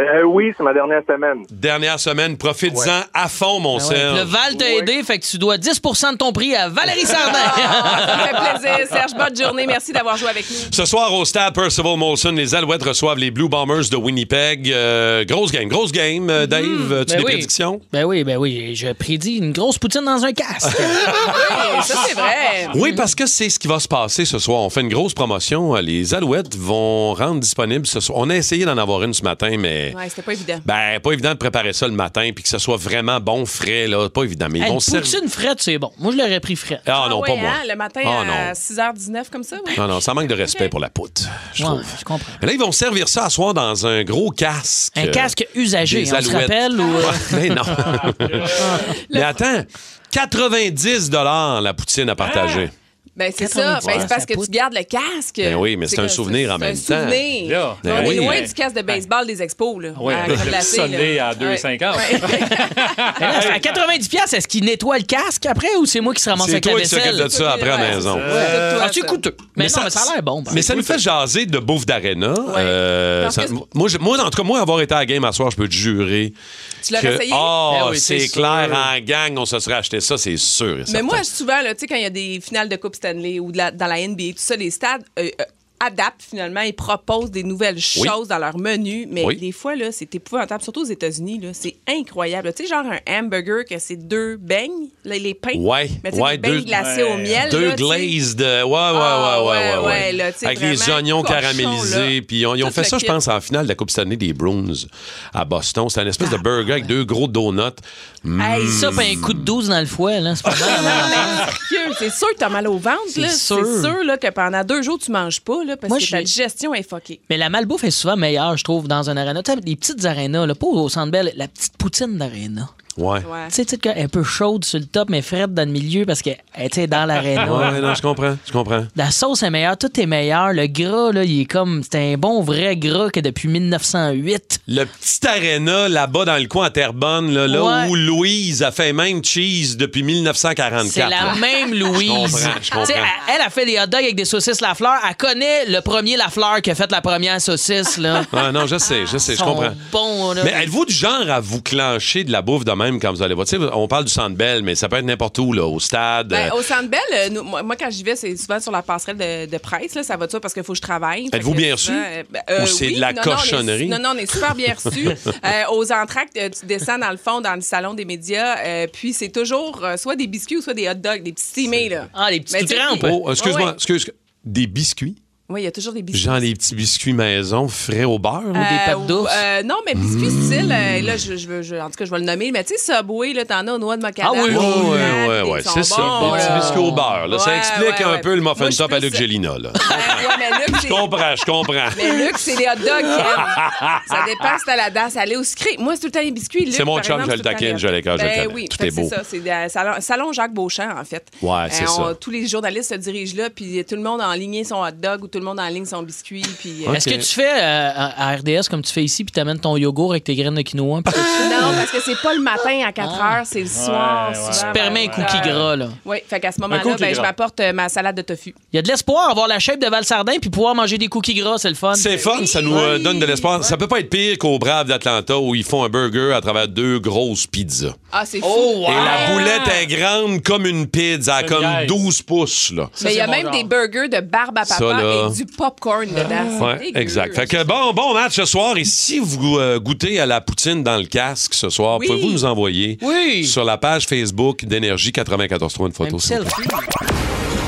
Speaker 8: Euh, oui, c'est ma dernière semaine.
Speaker 3: Dernière semaine, profites-en à fond, mon
Speaker 5: Ah ouais,
Speaker 3: Serge.
Speaker 5: Le Val t'a aidé, fait que tu dois 10 de ton prix à Valérie Sardin.
Speaker 4: Ah, ça me fait plaisir, Serge. Bonne journée. Merci d'avoir joué avec nous.
Speaker 3: Ce soir, au stade Percival Molson, les Alouettes reçoivent les Blue Bombers de Winnipeg. Euh, grosse game, grosse game, euh, Dave. euh,
Speaker 5: ben
Speaker 3: tu des
Speaker 5: oui.
Speaker 3: prédictions?
Speaker 5: ben oui, ben oui, je prédis une grosse poutine dans un casque.
Speaker 4: Ah, Hey, ça, c'est vrai.
Speaker 5: Mm-hmm.
Speaker 3: Oui, parce que c'est ce qui va se passer ce soir. On fait une grosse promotion. Euh, Les Alouettes vont rendre disponible ce soir. On a essayé d'en avoir une ce matin, mais...
Speaker 4: Ouais, c'était pas évident.
Speaker 3: Ben, pas évident de préparer ça le matin puis que ce soit vraiment bon, frais, là. Pas évident. Mais ils
Speaker 5: Hey,
Speaker 3: vont
Speaker 5: une
Speaker 3: servir-
Speaker 5: poutine frette, c'est bon. Moi, je l'aurais pris frette.
Speaker 3: Ah, non,
Speaker 4: ouais,
Speaker 3: pas moi.
Speaker 4: hein, le matin
Speaker 3: Ah,
Speaker 4: à
Speaker 3: non.
Speaker 4: 6h19, comme ça, oui.
Speaker 3: Non, non, ça manque de respect pour la poutre, je
Speaker 5: Ouais,
Speaker 3: trouve.
Speaker 5: je comprends.
Speaker 3: Mais là, ils vont servir ça à soir dans un gros casque.
Speaker 5: Un
Speaker 3: euh,
Speaker 5: casque usagé, hein,
Speaker 3: des
Speaker 5: on se
Speaker 3: alouettes.
Speaker 5: rappelle? Ou... euh,
Speaker 3: Mais non. Mais attends, 90 dollars la poutine à partager.
Speaker 5: Ah!
Speaker 4: Ben, c'est ça.
Speaker 5: 90,
Speaker 4: Ben,
Speaker 5: ouais.
Speaker 4: c'est parce que
Speaker 5: Ça
Speaker 4: tu gardes le casque.
Speaker 3: Ben oui, mais c'est un
Speaker 4: que-
Speaker 3: souvenir en même
Speaker 4: C'est un
Speaker 3: temps.
Speaker 4: souvenir.
Speaker 6: Là,
Speaker 4: On
Speaker 3: ben
Speaker 4: est
Speaker 3: oui.
Speaker 4: loin du casque de baseball des expos, là.
Speaker 6: Oui,
Speaker 4: à
Speaker 6: je
Speaker 4: Grande
Speaker 6: l'ai
Speaker 4: Glacée,
Speaker 6: sonné
Speaker 4: Ah, là.
Speaker 6: à
Speaker 4: Ouais.
Speaker 6: 2,50.
Speaker 5: Mais là, c'est à 90 pièces, est-ce qu'il nettoie le casque après ou c'est moi qui se ramasse
Speaker 3: C'est
Speaker 5: avec la
Speaker 3: toi qui s'occupe de
Speaker 5: vaisselle?
Speaker 3: ça après à la
Speaker 4: Ouais,
Speaker 3: maison.
Speaker 4: c'est ça.
Speaker 5: Ah, c'est coûteux. Mais, non,
Speaker 3: ça-
Speaker 5: mais ça a l'air bon. par
Speaker 3: Mais ça nous fait jaser de bouffe d'arena. Euh,
Speaker 4: Parce
Speaker 3: ça-
Speaker 4: que-
Speaker 3: moi, je- moi, en tout cas, moi, avoir été à la game à soir, je peux te jurer.
Speaker 4: Tu l'aurais
Speaker 3: que-
Speaker 4: essayé?
Speaker 3: Ah,
Speaker 5: Ben oui,
Speaker 3: c'est
Speaker 5: c'est
Speaker 3: clair,
Speaker 5: sûr.
Speaker 3: en gang, on se serait acheté ça, c'est sûr. et
Speaker 4: Mais
Speaker 3: certain.
Speaker 4: moi, souvent, là, tu sais, quand il y a des finales de Coupe Stanley ou de la- dans la NBA, tout ça, les stades euh, euh, adaptent finalement et proposent des nouvelles choses dans leur menu. Mais
Speaker 3: Oui.
Speaker 4: des fois, là, c'est épouvantable, surtout aux États-Unis, là, c'est incroyable. Tu sais, genre un hamburger que c'est deux beignes, les, les pains.
Speaker 3: Ouais,
Speaker 4: mais tu sais,
Speaker 3: ouais,
Speaker 4: des beignes
Speaker 3: deux-
Speaker 4: glacés au
Speaker 6: ouais.
Speaker 4: miel.
Speaker 3: Deux
Speaker 4: là, tu sais.
Speaker 3: glazed. euh, Ouais, ouais, ouais, ouais, ouais.
Speaker 4: Ah, ouais,
Speaker 3: ouais.
Speaker 4: ouais, là, tu sais,
Speaker 3: Avec les
Speaker 4: vraiment
Speaker 3: oignons
Speaker 4: cochon,
Speaker 3: caramélisés.
Speaker 4: là.
Speaker 3: Puis ils ont- ils ont
Speaker 4: Tout
Speaker 3: fait
Speaker 4: le
Speaker 3: ça, je
Speaker 4: kit.
Speaker 3: pense, en finale de la Coupe cette année des Bruins à Boston. C'était une espèce de burger avec deux gros donuts. Mm.
Speaker 5: Hey, ça, pis un coup de 12 dans le foie, là, c'est pas mal. hein.
Speaker 4: Sérieux, C'est sûr que t'as mal au ventre, là. C'est
Speaker 5: sûr.
Speaker 4: sûr là, que pendant deux jours, tu manges pas, là, parce
Speaker 5: Moi,
Speaker 4: que ta
Speaker 5: j'ai-
Speaker 4: digestion est fuckée.
Speaker 5: Mais la malbouffe est souvent meilleure, je trouve, dans un aréna. Tu sais, les petites arénas, là, pas au centre belle, la petite poutine d'aréna.
Speaker 3: Ouais.
Speaker 4: Ouais.
Speaker 5: Tu sais, tu sais, quand elle est un peu chaude sur le top, mais frette dans le milieu parce que, elle, tu sais, dans l'aréna.
Speaker 3: Ouais, non, je comprends, je comprends.
Speaker 5: La sauce est meilleure, tout est meilleur. Le gras, là, il est comme. C'est un bon vrai gras que depuis 1908.
Speaker 3: Le petit aréna là-bas dans le coin à Terrebonne, là, là
Speaker 5: Ouais.
Speaker 3: où Louise a fait même cheese depuis 1944.
Speaker 5: C'est la
Speaker 3: là.
Speaker 5: même Louise.
Speaker 3: comprends, je comprends.
Speaker 5: Tu sais, Elle, elle a fait des hot dogs avec des saucisses Lafleur. Elle connaît le premier Lafleur qui a fait la première saucisse. Là.
Speaker 3: Ouais, Ah, non, je sais,
Speaker 4: Ah,
Speaker 3: je sais,
Speaker 5: Ils
Speaker 3: je
Speaker 5: sont
Speaker 3: comprends.
Speaker 5: bons, là.
Speaker 3: Mais êtes-vous du genre à vous clencher de la bouffe de même quand vous allez voir? Tu sais, on parle du centre belle, mais ça peut être n'importe où, là, au stade.
Speaker 4: Ben,
Speaker 3: euh,
Speaker 4: au Centre Bell, euh, nous- moi, moi, quand j'y vais, c'est souvent sur la passerelle de, de presse. Là, ça va de soi parce qu'il faut que je travaille. Fait
Speaker 3: Êtes-vous
Speaker 4: que
Speaker 3: bien
Speaker 4: souvent,
Speaker 3: reçus?
Speaker 4: euh, ben, euh,
Speaker 3: Ou c'est
Speaker 4: oui.
Speaker 3: de la
Speaker 4: Non, non, on est-
Speaker 3: cochonnerie?
Speaker 4: Non, non, on est super bien reçus. Euh, aux entractes, euh, tu descends dans le fond, dans le salon des médias, euh, puis c'est toujours euh, soit des biscuits ou soit des hot dogs, des petits steamés. Là.
Speaker 5: Ah, les petits
Speaker 4: Mais tu sais,
Speaker 5: trempes.
Speaker 4: puis-
Speaker 3: Oh, excuse-moi,
Speaker 4: Ouais, ouais.
Speaker 3: excuse. Des biscuits?
Speaker 4: Oui, il y a toujours des biscuits.
Speaker 3: Genre les petits biscuits maison frais au beurre. là.
Speaker 5: des pâtes
Speaker 4: ou-
Speaker 5: d'ours.
Speaker 4: euh, non, mais biscuits
Speaker 3: Mmh.
Speaker 4: style, euh, là, je, je, veux- je- en tout cas, je vais le nommer, mais tu sais, Subway, là, t'en as au noix de macadam.
Speaker 5: Ah oui,
Speaker 3: Ouais,
Speaker 5: oui,
Speaker 4: Euh, hein, Ils
Speaker 3: Oh, ouais,
Speaker 4: sont
Speaker 3: ouais, ouais, c'est
Speaker 4: bons,
Speaker 3: ça.
Speaker 4: là.
Speaker 3: Des petits biscuits au beurre. là. ça
Speaker 4: euh, Ouais,
Speaker 3: explique
Speaker 4: ouais,
Speaker 3: un
Speaker 4: ouais.
Speaker 3: peu le muffin
Speaker 4: Moi, je suis
Speaker 3: top à
Speaker 4: plus-
Speaker 3: Luc Gélina. Là.
Speaker 4: Ouais, ouais, mais Luc,
Speaker 3: je
Speaker 4: c'est-
Speaker 3: comprends, je comprends.
Speaker 4: mais Luc, c'est les hot dogs qu'il aime. Ça dépasse à la danse. Aller au sucré. Moi, c'est tout le temps les biscuits. Luc,
Speaker 3: C'est mon
Speaker 4: par
Speaker 3: chum, je
Speaker 4: exemple,
Speaker 3: le
Speaker 4: c'est tout temps
Speaker 3: taquine,
Speaker 4: les-
Speaker 3: je l'écarte, je le
Speaker 4: Ben
Speaker 3: connais.
Speaker 4: oui,
Speaker 3: Tout
Speaker 4: fait
Speaker 3: est
Speaker 4: que
Speaker 3: beau.
Speaker 4: C'est ça, c'est euh, salon, salon Jacques Beauchamp, en fait. Euh,
Speaker 3: Ouais, c'est ça.
Speaker 4: Tous les journalistes se dirigent là, puis tout le monde a enligné son hot dog ou tout le monde a enligné son biscuit. Puis, euh,
Speaker 3: Ok.
Speaker 5: Est-ce que tu fais euh, à à RDS comme tu fais ici, puis t'amènes ton yogourt avec tes graines de quinoa, puis tu
Speaker 4: Non, parce que c'est pas le matin à 4
Speaker 5: Ah.
Speaker 4: heures, c'est le soir.
Speaker 6: ouais,
Speaker 4: souvent, ben,
Speaker 6: ouais. Tu te
Speaker 4: vers
Speaker 5: permets un
Speaker 4: huit
Speaker 5: cookie
Speaker 4: heures.
Speaker 5: gras, là?
Speaker 4: Oui, fait qu'à ce moment-là,
Speaker 6: cookie
Speaker 4: ben, je
Speaker 6: gras.
Speaker 4: m'apporte euh, ma salade de tofu.
Speaker 5: Il y a de l'espoir, avoir la shape de Val Sardin puis pouvoir manger des cookies gras, c'est le fun.
Speaker 3: C'est fun, ça nous euh, donne de l'espoir. Ça peut pas être pire qu'aux Braves d'Atlanta où ils font un burger à travers deux grosses pizzas.
Speaker 4: Ah, c'est fou.
Speaker 6: Oh,
Speaker 3: Et la boulette est grande comme une pizza,
Speaker 6: C'est
Speaker 3: comme
Speaker 6: nice.
Speaker 3: 12 pouces. Là.
Speaker 4: Mais il y a
Speaker 5: c'est mon
Speaker 4: même
Speaker 5: genre.
Speaker 4: des burgers de barbe à papa
Speaker 3: Ça, là.
Speaker 4: et du popcorn dedans. C'est
Speaker 3: Ouais,
Speaker 4: dégueu.
Speaker 3: exact. Fait que bon, bon match ce soir. Et si vous euh, goûtez à la poutine dans le casque ce soir,
Speaker 4: Oui.
Speaker 3: pouvez-vous nous envoyer
Speaker 5: Oui.
Speaker 3: sur la page Facebook d'Énergie 94.3 une
Speaker 5: Un
Speaker 3: photo.
Speaker 5: petit
Speaker 3: s'il vous plaît.
Speaker 5: selfie.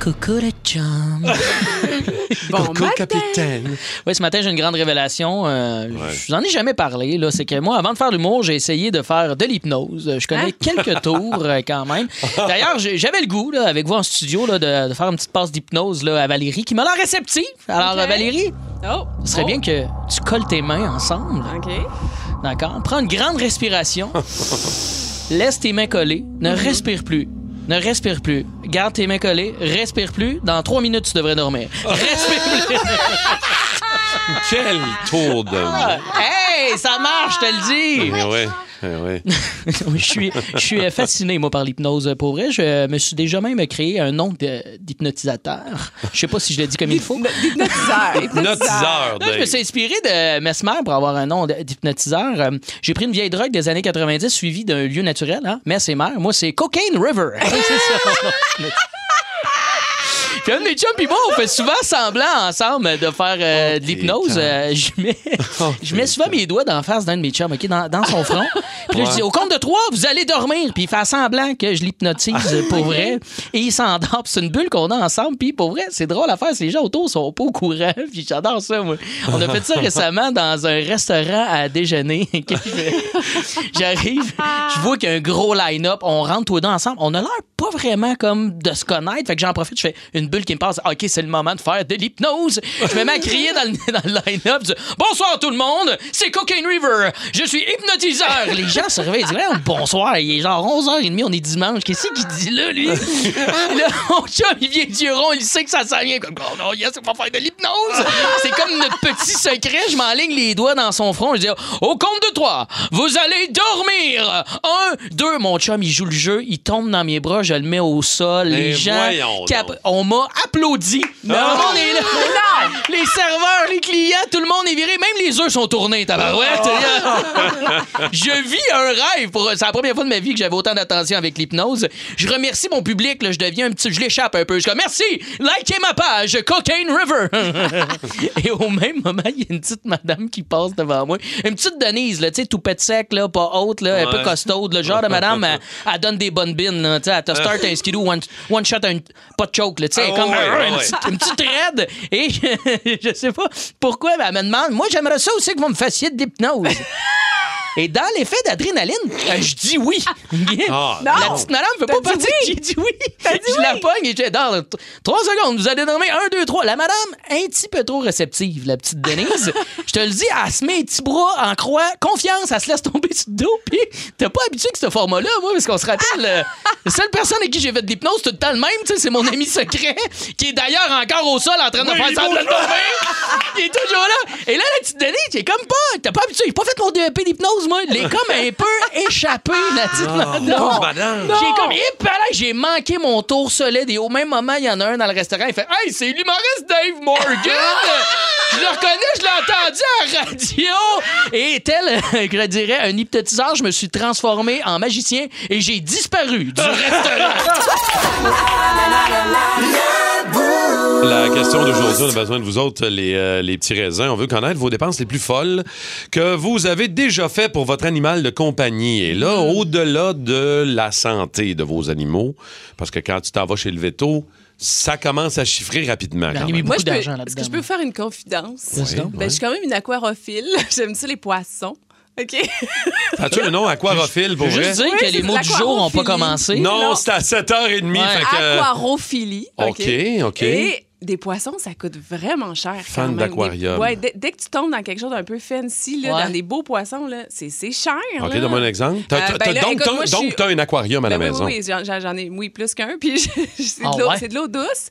Speaker 5: Coucou le chum.
Speaker 4: Bon
Speaker 3: Coucou,
Speaker 4: matin.
Speaker 3: capitaine.
Speaker 5: Oui, ce matin, j'ai une grande révélation. Euh, Je vous en ai jamais parlé. là. C'est que moi, avant de faire l'humour, j'ai essayé de faire de l'hypnose. Je
Speaker 4: Ah.
Speaker 5: connais quelques tours euh, quand même. D'ailleurs, j'ai- j'avais le goût, là, avec vous en studio, là, de, de faire une petite passe d'hypnose là, à Valérie, qui m'a l'air réceptive. Alors,
Speaker 4: Ok.
Speaker 5: euh, Valérie,
Speaker 4: Oh,
Speaker 5: ce serait
Speaker 4: oh.
Speaker 5: bien que tu colles tes mains ensemble.
Speaker 4: OK.
Speaker 5: D'accord? Prends une grande respiration. Laisse tes mains collées. Ne
Speaker 4: Mm-hmm.
Speaker 5: respire plus. Ne respire plus. Garde tes mains collées. Respire plus. Dans trois minutes, tu devrais dormir. Respire plus.
Speaker 3: Quel tour de.
Speaker 5: hey, ça marche, je te le dis.
Speaker 3: Eh ouais, eh ouais.
Speaker 5: Oui, je suis, je suis euh, fasciné, moi, par l'hypnose. Pour vrai, je me suis déjà même créé un nom de- d'hypnotisateur. Je sais pas si je le dis comme il faut.
Speaker 4: Hypnotiseur. Hypnotiseur.
Speaker 3: Hypnotiseur,
Speaker 5: Là, je me
Speaker 3: Dave.
Speaker 5: suis inspiré de Mesmer pour avoir un nom de- d'hypnotiseur. Euh, J'ai pris une vieille drogue des années 90 suivie d'un lieu naturel, hein? Mesmer. Moi, c'est Cocaine River. c'est ça. mon nom d'hypnotiseur. Puis un de mes chums puis moi, on fait souvent semblant ensemble de faire euh, de l'hypnose. Euh, je, mets, je mets souvent mes doigts dans la face d'un de mes chums, OK, dans, dans son front. Puis là, je dis, au compte de trois, vous allez dormir. Puis il fait semblant que je l'hypnotise pour vrai. Et il s'endort. Puis c'est une bulle qu'on a ensemble. Puis pour vrai, c'est drôle à faire. Les gens autour sont pas au courant. Puis j'adore ça, moi. On a fait ça récemment dans un restaurant à déjeuner. OK, je- J'arrive, je vois qu'il y a un gros line-up. On rentre tous les deux ensemble. On a l'air pas vraiment comme de se connaître. Fait que j'en profite, je fais une bulle qui me passe. Ah, OK, c'est le moment de faire de l'hypnose. Je me mets à crier dans le, dans le line-up. Je dis, Bonsoir tout le monde, c'est Cocaine River. Je suis hypnotiseur. Les gens se réveillent et disent Voyons, Bonsoir, il est genre 11h30, on est dimanche. Qu'est-ce qu'il dit là, lui Et Là, mon chum, il vient du rond, il sait que ça sent rien. Comme, oh non, yes, on va faire de l'hypnose. C'est comme notre petit secret. Je m'enligne les doigts dans son front. Je dis oh, Au compte de trois, vous allez dormir. Un, deux. Mon chum, il joue le jeu, il tombe dans mes bras, je le mets au sol. Les
Speaker 3: Mais
Speaker 5: gens,
Speaker 3: Ben, voyons
Speaker 5: cap-
Speaker 3: donc.
Speaker 5: on m'a applaudi. Mais
Speaker 3: Ah!
Speaker 5: on est là. Les serveurs, les clients, tout le monde est viré. Même les œufs sont tournés, tabarouette.
Speaker 3: Oh.
Speaker 5: Je vis un rêve. Pour... C'est la première fois de ma vie que j'avais autant d'attention avec l'hypnose. Je remercie mon public. Là, je deviens un petit... Je l'échappe un peu. Je dis merci. Likez ma page, Cocaine River. Et au même moment, il y a une petite madame qui passe devant moi. Une petite Denise, là, tu sais, tout pète sec, là, pas haute, là, un peu costaude. Le genre de madame, elle, elle donne des bonnes bines. Là, tu sais, elle te start un skidoo, one, one shot, un, pas de choke. Là, tu sais,
Speaker 3: Euh. Ah
Speaker 5: comme
Speaker 3: ouais, ouais,
Speaker 5: une
Speaker 3: ouais.
Speaker 5: petite- une petite raide. Et je sais pas pourquoi, mais elle me demande Moi, j'aimerais ça aussi que vous me fassiez de l'hypnose. Et dans l'effet d'adrénaline, euh, je dis oui.
Speaker 3: Ah,
Speaker 5: La petite madame ne veut pas
Speaker 4: T'as dit
Speaker 5: partir. J'ai dit oui. je la pogne et j'ai dans t- trois secondes. Vous allez nommer un, deux, trois. La madame, un petit peu trop réceptive, la petite Denise. je te le dis, elle se met les petits bras en croix, confiance, elle se laisse tomber sur le dos. Puis t'es pas habitué que ce format-là, moi, parce qu'on se rappelle, euh, la seule personne à qui j'ai fait de l'hypnose, c'est tout le temps le même, tu sais, c'est mon ami secret, qui est d'ailleurs encore au sol en train de faire semblant de tomber. Il est toujours là. Et là, la petite Denise, qui est comme pas, t'as pas habitué, j'ai pas fait mon DEP d'hypnose, moi. Il est comme un peu échappé, la petite madame.
Speaker 3: madame.
Speaker 5: J'ai comme, hip, là, j'ai manqué mon tour solide. Et au même moment, il y en a un dans le restaurant. Il fait, hey, c'est l'humoriste Dave Morgan. je le reconnais, je l'ai entendu à la radio. Et tel, euh, que je dirais, un hypnotiseur, je me suis transformé en magicien et j'ai disparu du restaurant.
Speaker 3: La question d'aujourd'hui, on a besoin de vous autres, les, euh, les petits raisins. On veut connaître vos dépenses les plus folles que vous avez déjà fait pour votre animal de compagnie. Et là, au-delà de la santé de vos animaux, parce que quand tu t'en vas chez le veto, ça commence à chiffrer rapidement. quand même.
Speaker 4: Moi, je peux- Est-ce que je peux vous faire une confidence?
Speaker 3: Vas-y donc.
Speaker 4: Ben,
Speaker 3: Ouais.
Speaker 4: Je suis quand même une aquarophile. J'aime ça les poissons. OK?
Speaker 3: As-tu le nom aquarophile pour
Speaker 5: Je veux
Speaker 3: vrai?
Speaker 5: juste dire que
Speaker 4: Oui,
Speaker 5: les
Speaker 4: c'est
Speaker 5: mots du jour n'ont pas
Speaker 4: l'aquarophilie.
Speaker 5: commencé.
Speaker 3: Non, c'est à 7h30.
Speaker 5: Ouais.
Speaker 3: fait que-
Speaker 4: Aquarophilie.
Speaker 3: OK, OK.
Speaker 4: Et des poissons, ça coûte vraiment cher. quand
Speaker 3: Fan
Speaker 4: même.
Speaker 3: d'aquarium.
Speaker 4: Des- Ouais, dès, dès que tu tombes dans quelque chose d'un peu fancy, là,
Speaker 5: Ouais.
Speaker 4: dans les beaux poissons, là, c'est c'est cher.
Speaker 3: OK,
Speaker 4: là.
Speaker 3: donne-moi un exemple. T'as-
Speaker 4: Euh,
Speaker 3: t'as-
Speaker 4: ben
Speaker 3: t'as-
Speaker 4: là,
Speaker 3: donc,
Speaker 4: écoute,
Speaker 3: t'as-
Speaker 4: moi, je
Speaker 3: donc,
Speaker 4: suis-
Speaker 3: t'as un aquarium à la
Speaker 4: Ben oui,
Speaker 3: maison.
Speaker 4: Oui, oui, j'en j'en- j'en ai oui, plus qu'un. Puis je- c'est
Speaker 5: Ah
Speaker 4: de l'eau-
Speaker 5: ouais?
Speaker 4: c'est de l'eau douce.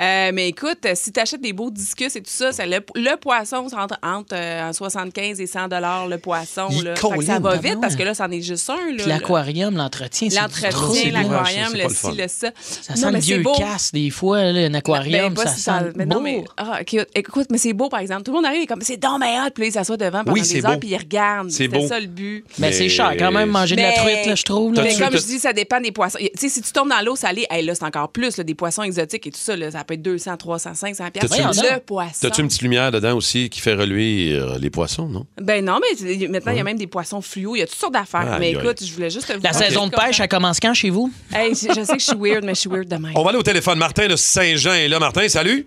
Speaker 4: Euh, mais écoute, euh, si tu achètes des beaux discus et tout ça, ça- le, le poisson, ça entre entre euh, 75 et 100 dollars le poisson.
Speaker 5: Il
Speaker 4: Là. Fait que ça
Speaker 5: colline,
Speaker 4: va
Speaker 5: tabarnak.
Speaker 4: vite parce que là, c'en est juste un. là.
Speaker 5: Puis l'aquarium, l'entretien, c'est du trou, c'est
Speaker 4: L'entretien,
Speaker 5: lourd.
Speaker 4: l'aquarium,
Speaker 3: c'est
Speaker 4: le
Speaker 3: pas le fun.
Speaker 4: ci, le ça.
Speaker 5: Ça sent le vieux casse des fois, là, un aquarium,
Speaker 4: Ben, pas
Speaker 5: ça
Speaker 4: si
Speaker 5: sent
Speaker 4: mais
Speaker 5: bon.
Speaker 4: non, mais, ah, ok, écoute, mais c'est beau, par exemple. Tout le monde arrive et comme, c'est dans ma hâte. Puis là, il s'assoit devant pendant
Speaker 3: Oui, c'est
Speaker 4: des
Speaker 3: beau.
Speaker 4: heures, puis il regarde.
Speaker 3: C'est
Speaker 4: C'est
Speaker 3: beau.
Speaker 4: ça le but.
Speaker 5: Mais Ben, c'est cher quand même manger de la
Speaker 4: Mais-
Speaker 5: truite, là, je trouve. là.
Speaker 4: Mais
Speaker 3: T'as-tu-
Speaker 4: comme
Speaker 3: t'as-
Speaker 4: je dis, ça dépend des poissons. Tu sais, si tu tombes dans l'eau salée, hey, là, c'est encore plus. là, des poissons exotiques et tout ça, là, ça peut être 200, 300, 500 piastres.
Speaker 3: T'as-tu
Speaker 5: une-
Speaker 4: Le poisson.
Speaker 3: T'as-tu une petite lumière dedans aussi qui fait reluire les poissons, non?
Speaker 4: Ben non, mais il y a- maintenant, il y a même des poissons fluo. Il y a toutes sortes d'affaires.
Speaker 3: Aïe,
Speaker 4: mais
Speaker 3: aïe.
Speaker 4: écoute, je voulais juste vous
Speaker 5: La saison de pêche, elle commence quand chez vous?
Speaker 4: Hey, je, je sais que je suis weird, mais je suis weird demain.
Speaker 3: On va aller au téléphone. Martin de Saint-Jean est là. Martin, salut!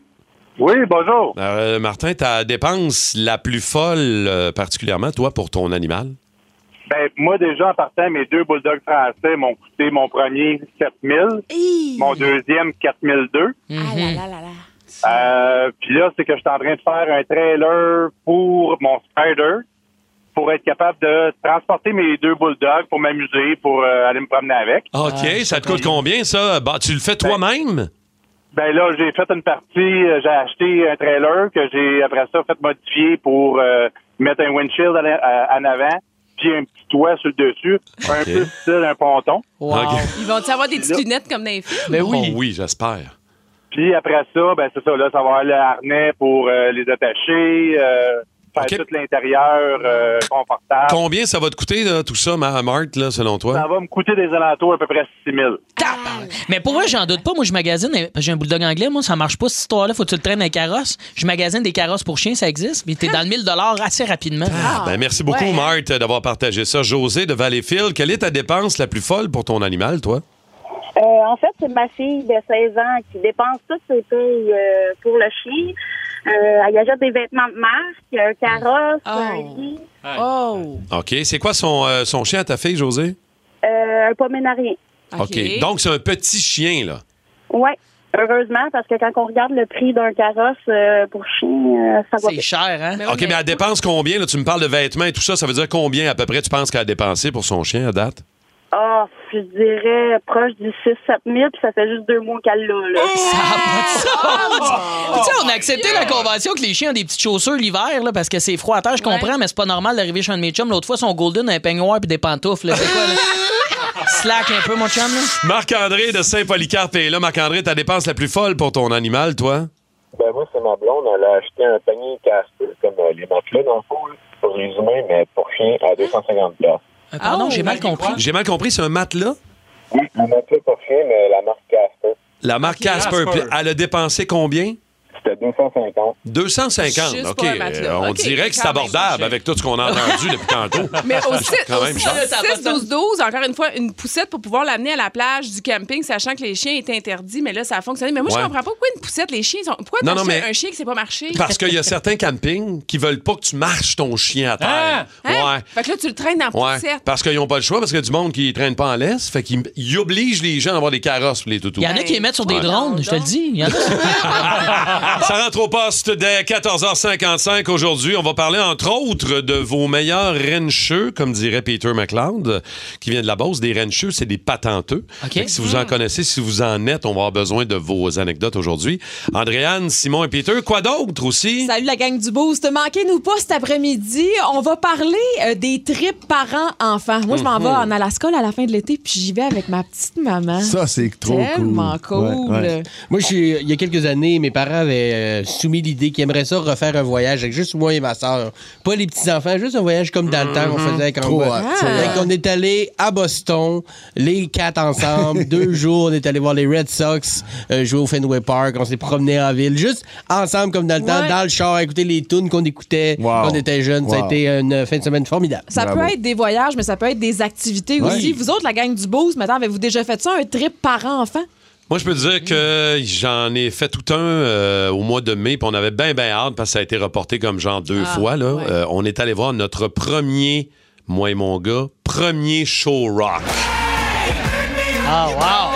Speaker 8: Oui, bonjour.
Speaker 3: Euh, Martin, ta dépense la plus folle, euh, particulièrement, toi, pour ton animal?
Speaker 8: Ben, moi, déjà, en partant, mes deux bulldogs français m'ont coûté mon premier 7000,
Speaker 4: Hi!
Speaker 8: mon deuxième 4002.
Speaker 4: Ah
Speaker 3: Mm-hmm.
Speaker 4: là là là là.
Speaker 8: Euh, Puis là, c'est que je suis en train de faire un trailer pour mon Spider pour être capable de transporter mes deux bulldogs pour m'amuser, pour euh, aller me promener avec.
Speaker 3: Ah, OK,
Speaker 5: je
Speaker 3: ça te coûte combien, ça? Bah, tu le fais toi-même?
Speaker 8: Ben là, j'ai fait une partie, euh, j'ai acheté un trailer que j'ai après ça fait modifier pour euh, mettre un windshield à la- à- en avant, puis un petit toit sur le dessus, un peu style un ponton.
Speaker 5: Wow.
Speaker 3: OK.
Speaker 4: Ils vont-tu avoir des petites lunettes comme dans les films?
Speaker 5: Mais oui.
Speaker 3: Oh oui, j'espère.
Speaker 8: Puis après ça, ben c'est ça, là, ça va avoir le harnais pour euh, les attacher, euh, faire
Speaker 3: OK.
Speaker 8: tout l'intérieur euh, confortable.
Speaker 3: Combien ça va te coûter, là, tout ça, ma Marthe, là, selon
Speaker 8: ça
Speaker 3: toi?
Speaker 8: va me coûter des alentours à peu près 6 000.
Speaker 5: Mais pour vrai, j'en doute pas. Moi, je magasine. parce que J'ai un bulldog anglais. Moi, ça marche pas cette histoire-là. Faut que tu le traînes un carrosse. Je magasine des carrosses pour chiens, ça existe. Mais t'es dans le 1000 assez rapidement.
Speaker 3: Ah, ben, merci beaucoup,
Speaker 4: ouais.
Speaker 3: Marthe, d'avoir partagé ça. José de Valleyfield, quelle est ta dépense la plus folle pour ton animal, toi?
Speaker 9: Euh, en fait, c'est ma fille de 16 ans qui dépense toutes ses payes euh, pour le chien. Euh, elle y achète des vêtements de marque, un carrosse,
Speaker 7: Ah.
Speaker 9: un lit,
Speaker 4: Oh!
Speaker 3: OK. C'est quoi son, euh, son chien à ta fille, José?
Speaker 9: euh, un poménarien.
Speaker 3: Donc, c'est un petit chien, là.
Speaker 9: Ouais, heureusement, parce que quand on regarde le prix d'un carrosse euh, pour chien, euh, ça va
Speaker 5: C'est cher, hein?
Speaker 4: Mais Ben Ah oui,
Speaker 3: OK, mais, elle dépense combien? Là, tu me parles de vêtements et tout ça. Ça veut dire combien, à peu près, tu penses qu'elle a dépensé pour son chien à date?
Speaker 9: Ah, je dirais proche du 6-7 000, puis ça fait juste deux mois qu'elle l'a. Là.
Speaker 5: Ça a pas de sens. Puis, tu sais, on a accepté la convention que les chiens ont des petites chaussures l'hiver là, parce que c'est froid à terre, je comprends, mais c'est pas normal d'arriver chez un de mes chums. L'autre fois, son golden, un peignoir puis des pantoufles. là. C'est quoi, là? Slack un peu, mon chum. là.
Speaker 3: Marc-André de Saint-Polycarpe est là. Marc-André, ta dépense la plus folle pour ton animal, toi?
Speaker 10: Ben moi, c'est ma blonde. Elle a acheté un panier casse-feu, comme euh, les matelas dans le fond, là, pour les humains, mais pour chien, à 250 piastres.
Speaker 5: Euh, pardon,
Speaker 4: Oh,
Speaker 5: j'ai mal compris.
Speaker 3: J'ai mal compris, c'est un matelas?
Speaker 10: Oui, un matelas pour chien, mais la marque casse-feu,
Speaker 3: La marque Casper,
Speaker 6: Casper.
Speaker 3: puis elle a dépensé combien?
Speaker 10: c'était 250.
Speaker 3: 250.
Speaker 4: Juste
Speaker 3: OK.
Speaker 4: pour un matelas.
Speaker 3: Euh, on
Speaker 4: OK,
Speaker 3: dirait que c'est
Speaker 4: quand même,
Speaker 3: abordable
Speaker 6: Roger.
Speaker 3: avec tout ce qu'on a entendu depuis tantôt.
Speaker 4: Mais au six-
Speaker 3: Ah, quand
Speaker 4: au
Speaker 3: même
Speaker 4: six-
Speaker 3: cher.
Speaker 5: Ça a pas de sens.
Speaker 4: 6-12-12, encore une fois, une poussette pour pouvoir l'amener à la plage du camping, sachant que les chiens étaient interdits, mais là, ça a fonctionné. Mais moi,
Speaker 3: Ouais.
Speaker 4: je comprends pas pourquoi une poussette, les chiens sont. Pourquoi
Speaker 3: Non, non,
Speaker 4: t'achètes
Speaker 3: mais-
Speaker 4: un chien qui s'est pas marché?
Speaker 3: Parce qu'il y a certains campings qui veulent pas que tu marches ton chien à terre.
Speaker 4: Hein?
Speaker 3: Ouais.
Speaker 4: Fait que là, tu le traînes en
Speaker 3: Ouais,
Speaker 4: poussette.
Speaker 3: parce qu'ils n'ont pas le choix, parce qu'il y a du monde qui ne traîne pas en laisse, fait qu'ils ils obligent les gens à avoir des carrosses pour les toutous.
Speaker 5: Il y en a qui les mettent sur des
Speaker 3: Ouais.
Speaker 5: drones, je te le dis. Il y en a-
Speaker 3: Ça rentre au poste dès 14h55 aujourd'hui. On va parler, entre autres, de vos meilleurs rencheux, comme dirait Peter McLeod, euh, qui vient de la Beauce. Des rencheux, c'est des patenteux.
Speaker 5: OK.
Speaker 3: Fait que si vous
Speaker 11: Hmm.
Speaker 3: en connaissez, si vous en êtes, on va avoir besoin de vos anecdotes aujourd'hui. Andréane, Simon et Peter, quoi d'autre aussi?
Speaker 11: Salut la gang du Boost. Manquez-nous pas cet après-midi. On va parler euh, des trips parents-enfants. Moi, je m'en vais
Speaker 3: Mhm.
Speaker 11: en Alaska là, à la fin de l'été, puis j'y vais avec ma petite maman.
Speaker 12: Ça, c'est trop cool.
Speaker 11: Tellement cool.
Speaker 12: Ouais, ouais. Moi, j'ai- il y a quelques années, mes parents avaient avait euh, soumis l'idée qu'il aimerait ça refaire un voyage avec juste moi et ma soeur. Pas les petits-enfants, juste un voyage comme euh, dans le temps qu'on faisait avec
Speaker 7: Mhm. Trop
Speaker 12: on,
Speaker 7: hot, trop hot.
Speaker 12: on est allé à Boston, les quatre ensemble, deux jours. On est allé voir les Red Sox euh, jouer au Fenway Park. On s'est promené en ville, juste ensemble comme dans le temps,
Speaker 11: Ouais.
Speaker 12: dans le char, à écouter les tunes qu'on écoutait quand on était jeunes. Ça a
Speaker 11: Wow.
Speaker 12: été euh, une fin de semaine formidable.
Speaker 11: Ça peut être des voyages, mais ça peut être des activités
Speaker 12: Ouais.
Speaker 11: aussi. Vous autres, la gang du Boost, maintenant, avez-vous déjà fait ça, un trip parent-enfant?
Speaker 3: Moi, je peux te dire que j'en ai fait tout un euh, au mois de mai, puis on avait bien, bien hâte parce que ça a été reporté comme genre deux
Speaker 11: Ah,
Speaker 3: fois. Là.
Speaker 11: ouais.
Speaker 3: Euh, on est allé voir notre premier, moi et mon gars, premier show rock.
Speaker 5: Ah, wow!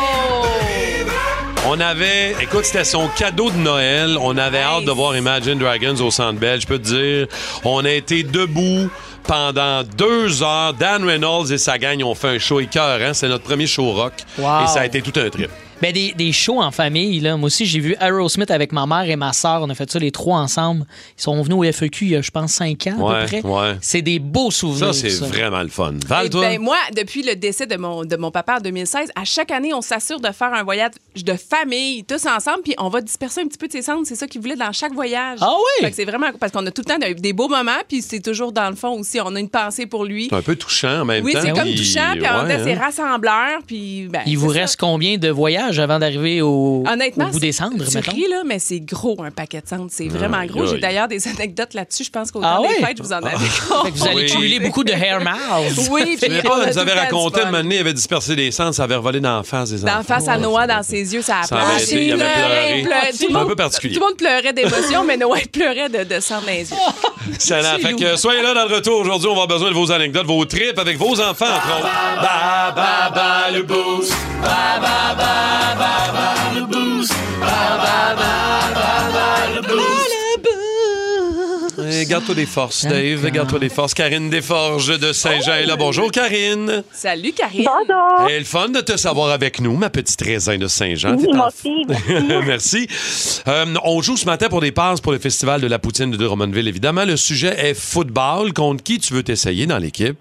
Speaker 3: On avait, écoute, c'était son cadeau de Noël. On avait hâte de voir Imagine Dragons au Centre Bell. Je peux te dire, on a été debout pendant deux heures. Dan Reynolds et sa gang ont fait un show écœurant. C'est notre premier show rock.
Speaker 5: Wow.
Speaker 3: Et ça a été tout un trip.
Speaker 5: Ben des, des shows en famille, là. Moi aussi, j'ai vu Aerosmith avec ma mère et ma sœur. On a fait ça les trois ensemble. Ils sont venus au FEQ il y a, je pense, cinq ans à
Speaker 3: Ouais,
Speaker 5: peu près.
Speaker 3: ouais.
Speaker 5: C'est des beaux
Speaker 3: Ça,
Speaker 5: souvenirs.
Speaker 3: c'est vraiment le fun. Val,
Speaker 4: Eh
Speaker 3: Ah, toi?
Speaker 4: ben, moi, depuis le décès de mon, de mon papa en 2016, à chaque année, on s'assure de faire un voyage de famille, tous ensemble, puis on va disperser un petit peu de ses cendres. C'est ça qu'il voulait dans chaque voyage.
Speaker 3: Ah oui?
Speaker 4: Fait que C'est vraiment parce qu'on a tout le temps des, des beaux moments, puis c'est toujours dans le fond aussi. On a une pensée pour lui.
Speaker 3: C'est un peu touchant en même
Speaker 4: Oui,
Speaker 3: temps.
Speaker 4: c'est comme
Speaker 3: puis-
Speaker 4: touchant, puis on
Speaker 3: ouais,
Speaker 4: a ses
Speaker 3: hein.
Speaker 4: rassembleurs, puis ben,
Speaker 5: Il vous
Speaker 4: c'est ça.
Speaker 5: reste combien de voyages avant d'arriver au,
Speaker 4: Honnêtement,
Speaker 5: au bout
Speaker 4: c'est-
Speaker 5: des cendres,
Speaker 4: tu
Speaker 5: mettons?
Speaker 4: ris, là, mais c'est gros un paquet de cendres. C'est vraiment
Speaker 5: Aïe,
Speaker 4: gros. J'ai
Speaker 5: aïe.
Speaker 4: d'ailleurs des anecdotes là-dessus. Je pense qu'au
Speaker 5: Ah
Speaker 4: temps des
Speaker 5: ouais?
Speaker 4: fêtes, je vous en
Speaker 5: Ah.
Speaker 4: avais
Speaker 5: Fait que vous allez
Speaker 3: Oui.
Speaker 5: cumuler beaucoup de hair mouths.
Speaker 4: Oui,
Speaker 3: Tu
Speaker 4: puis
Speaker 3: sais
Speaker 4: on
Speaker 3: pas, nous
Speaker 4: a tout le
Speaker 3: avait
Speaker 4: temps du
Speaker 3: raconté, un
Speaker 4: fun.
Speaker 3: moment donné, il avait dispersé des cendres, ça avait revolé dans la face des enfants.
Speaker 4: D'en face à Noah, dans ses yeux, ça a
Speaker 3: Ça avait
Speaker 4: plongé.
Speaker 3: été, il avait pleuré.
Speaker 4: Il pleurait,
Speaker 3: C'est
Speaker 4: Tout le
Speaker 3: un
Speaker 4: monde-
Speaker 3: peu particulier.
Speaker 4: Tout le monde pleurait d'émotion, mais Noah il pleurait de, de sang dans les yeux.
Speaker 3: Excellent. Fait que soyez là dans le retour. Aujourd'hui, on va avoir besoin de vos anecdotes, vos trips avec vos enfants, entre autres. Ba, ba, ba, le boost. Ba, ba, ba, ba, ba, le boost. Ba, ba, ba, ba, ba, le boost. Eh, Garde-toi des forces, Dave. Garde-toi des forces. Karine Desforges de Saint-Jean est là. Bonjour, Karine.
Speaker 4: Salut, Karine.
Speaker 9: Bonjour.
Speaker 3: Et Eh, le fun de te savoir avec nous, ma petite raisin de Saint-Jean. T'es
Speaker 9: Oui,
Speaker 3: en
Speaker 9: moi aussi, merci.
Speaker 3: Merci. Euh, on joue ce matin pour des passes pour le Festival de la Poutine de Drummondville, évidemment. Le sujet est football. Contre qui tu veux t'essayer dans l'équipe?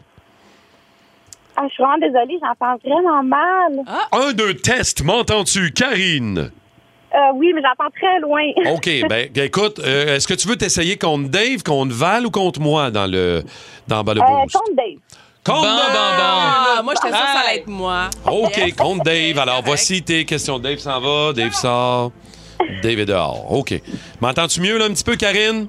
Speaker 9: Ah, je suis vraiment désolée, j'en parle vraiment mal.
Speaker 3: Ah! Un, deux, test. M'entends-tu, Karine?
Speaker 9: Euh, oui, mais j'en parle très loin.
Speaker 3: OK. ben écoute, euh, est-ce que tu veux t'essayer contre Dave, contre Val ou contre moi dans le dans ben, le
Speaker 9: Euh,
Speaker 3: boost?
Speaker 9: compte Dave.
Speaker 3: Contre Dave!
Speaker 4: Ah, moi, j'étais sûre que ça allait être moi.
Speaker 3: OK, contre Dave. Alors, voici tes questions. Dave s'en va, Dave sort, Dave est dehors. OK. M'entends-tu mieux, là, un petit peu, Karine?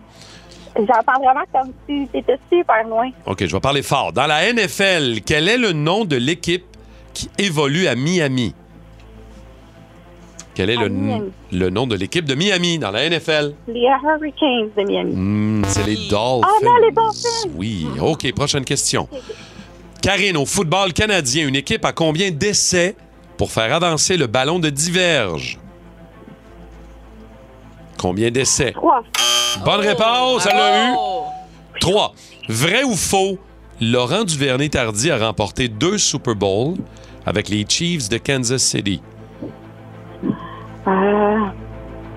Speaker 9: J'en parle vraiment comme si t'étais super loin.
Speaker 3: OK, je vais parler fort. Dans la NFL, quel est le nom de l'équipe qui évolue à Miami? Quel est le,
Speaker 9: Miami.
Speaker 3: le nom de l'équipe de Miami dans la NFL?
Speaker 9: Les Hurricanes de Miami.
Speaker 3: Hmm, C'est les Dolphins.
Speaker 9: Ah non, les Dolphins!
Speaker 3: Oui. OK, prochaine question. Karine, au football canadien, une équipe a combien d'essais pour faire avancer le ballon de diverge? Combien d'essais?
Speaker 9: Trois. Oh.
Speaker 3: Bonne réponse, elle l'a eu. Trois. Vrai ou faux, Laurent Duvernay-Tardy a remporté deux Super Bowls avec les Chiefs de Kansas City.
Speaker 9: Euh,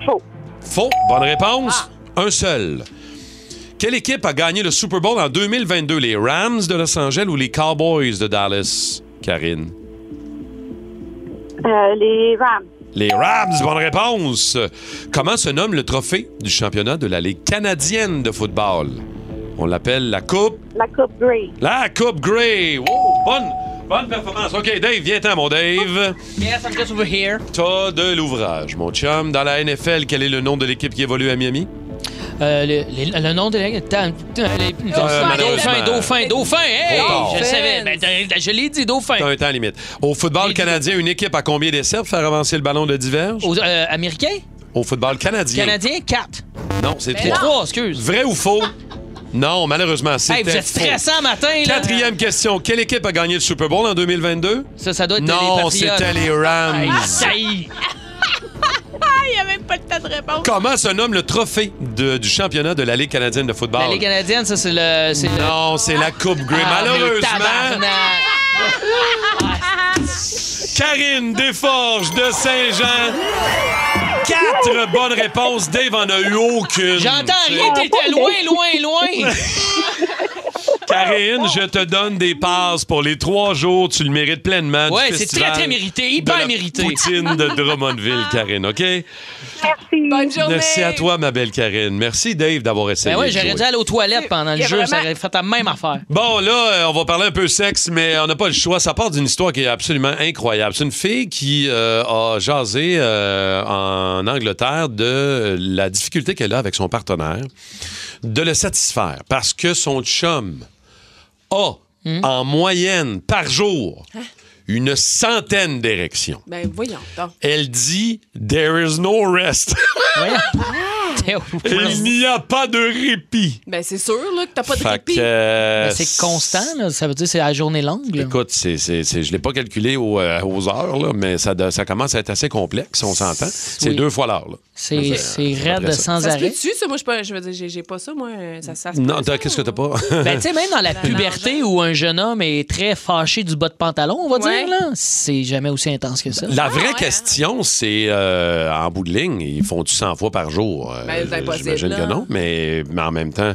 Speaker 9: faux.
Speaker 3: Faux. Bonne réponse. Un seul. Quelle équipe a gagné le Super Bowl en 2022? Les Rams de Los Angeles ou les Cowboys de Dallas? Karine.
Speaker 9: Euh, les Rams.
Speaker 3: Les Rams, bonne réponse. Comment se nomme le trophée du championnat de la Ligue canadienne de football? On l'appelle la Coupe.
Speaker 9: La Coupe Grey.
Speaker 3: La Coupe Grey. Wow, bonne, bonne performance. OK, Dave, viens-t'en, mon Dave.
Speaker 5: Yes, I'm just over here.
Speaker 3: T'as de l'ouvrage, mon chum. Dans la NFL, quel est le nom de l'équipe qui évolue à Miami?
Speaker 5: Euh, le, le- le nom de la... Tant- tant- les-
Speaker 3: Euh, malheureusement.
Speaker 5: dauphin, dauphin, dauphin. Hey,
Speaker 3: Trop
Speaker 5: je
Speaker 3: tard.
Speaker 5: le savais. Ben, t'as- je l'ai dit, dauphin.
Speaker 3: T'as un temps limite. Au football canadien, une équipe a combien d'essais pour faire avancer le ballon de diverge?
Speaker 5: Aux, euh, Américains?
Speaker 3: Au football canadien.
Speaker 5: Canadiens, quatre.
Speaker 3: Non, c'est
Speaker 5: Mais
Speaker 3: trois.
Speaker 5: non. excuse.
Speaker 3: Vrai ou faux? Non, malheureusement, c'était
Speaker 5: Hey, vous êtes
Speaker 3: faux.
Speaker 5: stressant matin, là.
Speaker 3: Quatrième question. Quelle équipe a gagné le Super Bowl en 2022?
Speaker 5: Ça, ça doit être les
Speaker 3: Non,
Speaker 5: Patriotes.
Speaker 3: c'était les Rams.
Speaker 5: Hey, ça y est.
Speaker 4: Il n'y a même pas le temps de réponse.
Speaker 3: Comment se nomme le trophée de- du championnat de la Ligue canadienne de football?
Speaker 5: La Ligue canadienne, ça, c'est le... c'est le-
Speaker 3: Non, c'est la Coupe Grey.
Speaker 5: Ah, mais
Speaker 3: Malheureusement,
Speaker 5: tabarnak.
Speaker 3: Karine Desforges de Saint-Jean Quatre bonnes réponses. Dave en a eu aucune.
Speaker 5: J'entends
Speaker 3: Tu sais.
Speaker 5: rien,
Speaker 4: Ah,
Speaker 5: t'étais loin, loin, loin.
Speaker 3: Karine, je te donne des passes pour les trois jours. Tu le mérites pleinement. du
Speaker 5: Ouais, c'est
Speaker 3: festival
Speaker 5: très, très mérité, hyper
Speaker 3: de la
Speaker 5: mérité.
Speaker 3: Poutine de Drummondville, Karine, OK?
Speaker 9: Merci.
Speaker 4: Bonne journée.
Speaker 3: Merci à toi, ma belle Karine. Merci, Dave, d'avoir essayé.
Speaker 5: Ah. Ben ouais,
Speaker 3: de
Speaker 5: j'aurais
Speaker 3: jouer.
Speaker 5: dû aller aux toilettes pendant
Speaker 4: Il
Speaker 5: le
Speaker 4: y a
Speaker 5: jeu,
Speaker 4: vraiment-
Speaker 5: ça aurait fait la même affaire.
Speaker 3: Bon, là, euh, on va parler un peu sexe, mais on n'a pas le choix. Ça part d'une histoire qui est absolument incroyable. C'est une fille qui euh, a jasé euh, en Angleterre de la difficulté qu'elle a avec son partenaire de le satisfaire parce que son chum a,
Speaker 4: Hmm?
Speaker 3: en moyenne, par jour,
Speaker 4: Ah.
Speaker 3: une centaine d'érections.
Speaker 4: Ben, voyons. donc.
Speaker 3: Elle dit « There is no rest ». Il n'y a pas de répit.
Speaker 4: Ben, c'est sûr, là, que t'as pas de
Speaker 3: Fait
Speaker 4: répit.
Speaker 3: que, euh,
Speaker 5: Mais c'est constant, là, ça veut dire que c'est la journée longue. là.
Speaker 3: Écoute, c'est, c'est- c'est- je ne l'ai pas calculé au- euh, aux heures, là, mais ça, de- ça commence à être assez complexe, on s'entend. C'est
Speaker 5: Oui.
Speaker 3: deux fois l'heure. là.
Speaker 5: C'est, c'est
Speaker 3: c'est à peu
Speaker 5: raide
Speaker 3: près ça.
Speaker 5: sans
Speaker 4: Ça se
Speaker 5: arrêt.
Speaker 4: peut-tu, ça? Moi, je, peux- je veux dire, j'ai- j'ai pas ça, moi. euh, Ça, ça se
Speaker 3: Non, t'as- qu'est-ce que t'as pas?
Speaker 5: Ben, tu sais, même dans la
Speaker 4: La
Speaker 5: puberté où un jeune homme est très fâché du bas de pantalon, on va
Speaker 4: Ouais.
Speaker 5: dire, là, c'est jamais aussi intense que ça.
Speaker 3: La vraie
Speaker 4: hein.
Speaker 3: question, c'est euh, en bout de ligne, ils font-tu 100 fois par jour? Euh,
Speaker 4: Ben, c'est impossible,
Speaker 3: J'imagine
Speaker 4: là.
Speaker 3: que non, mais, mais en même temps,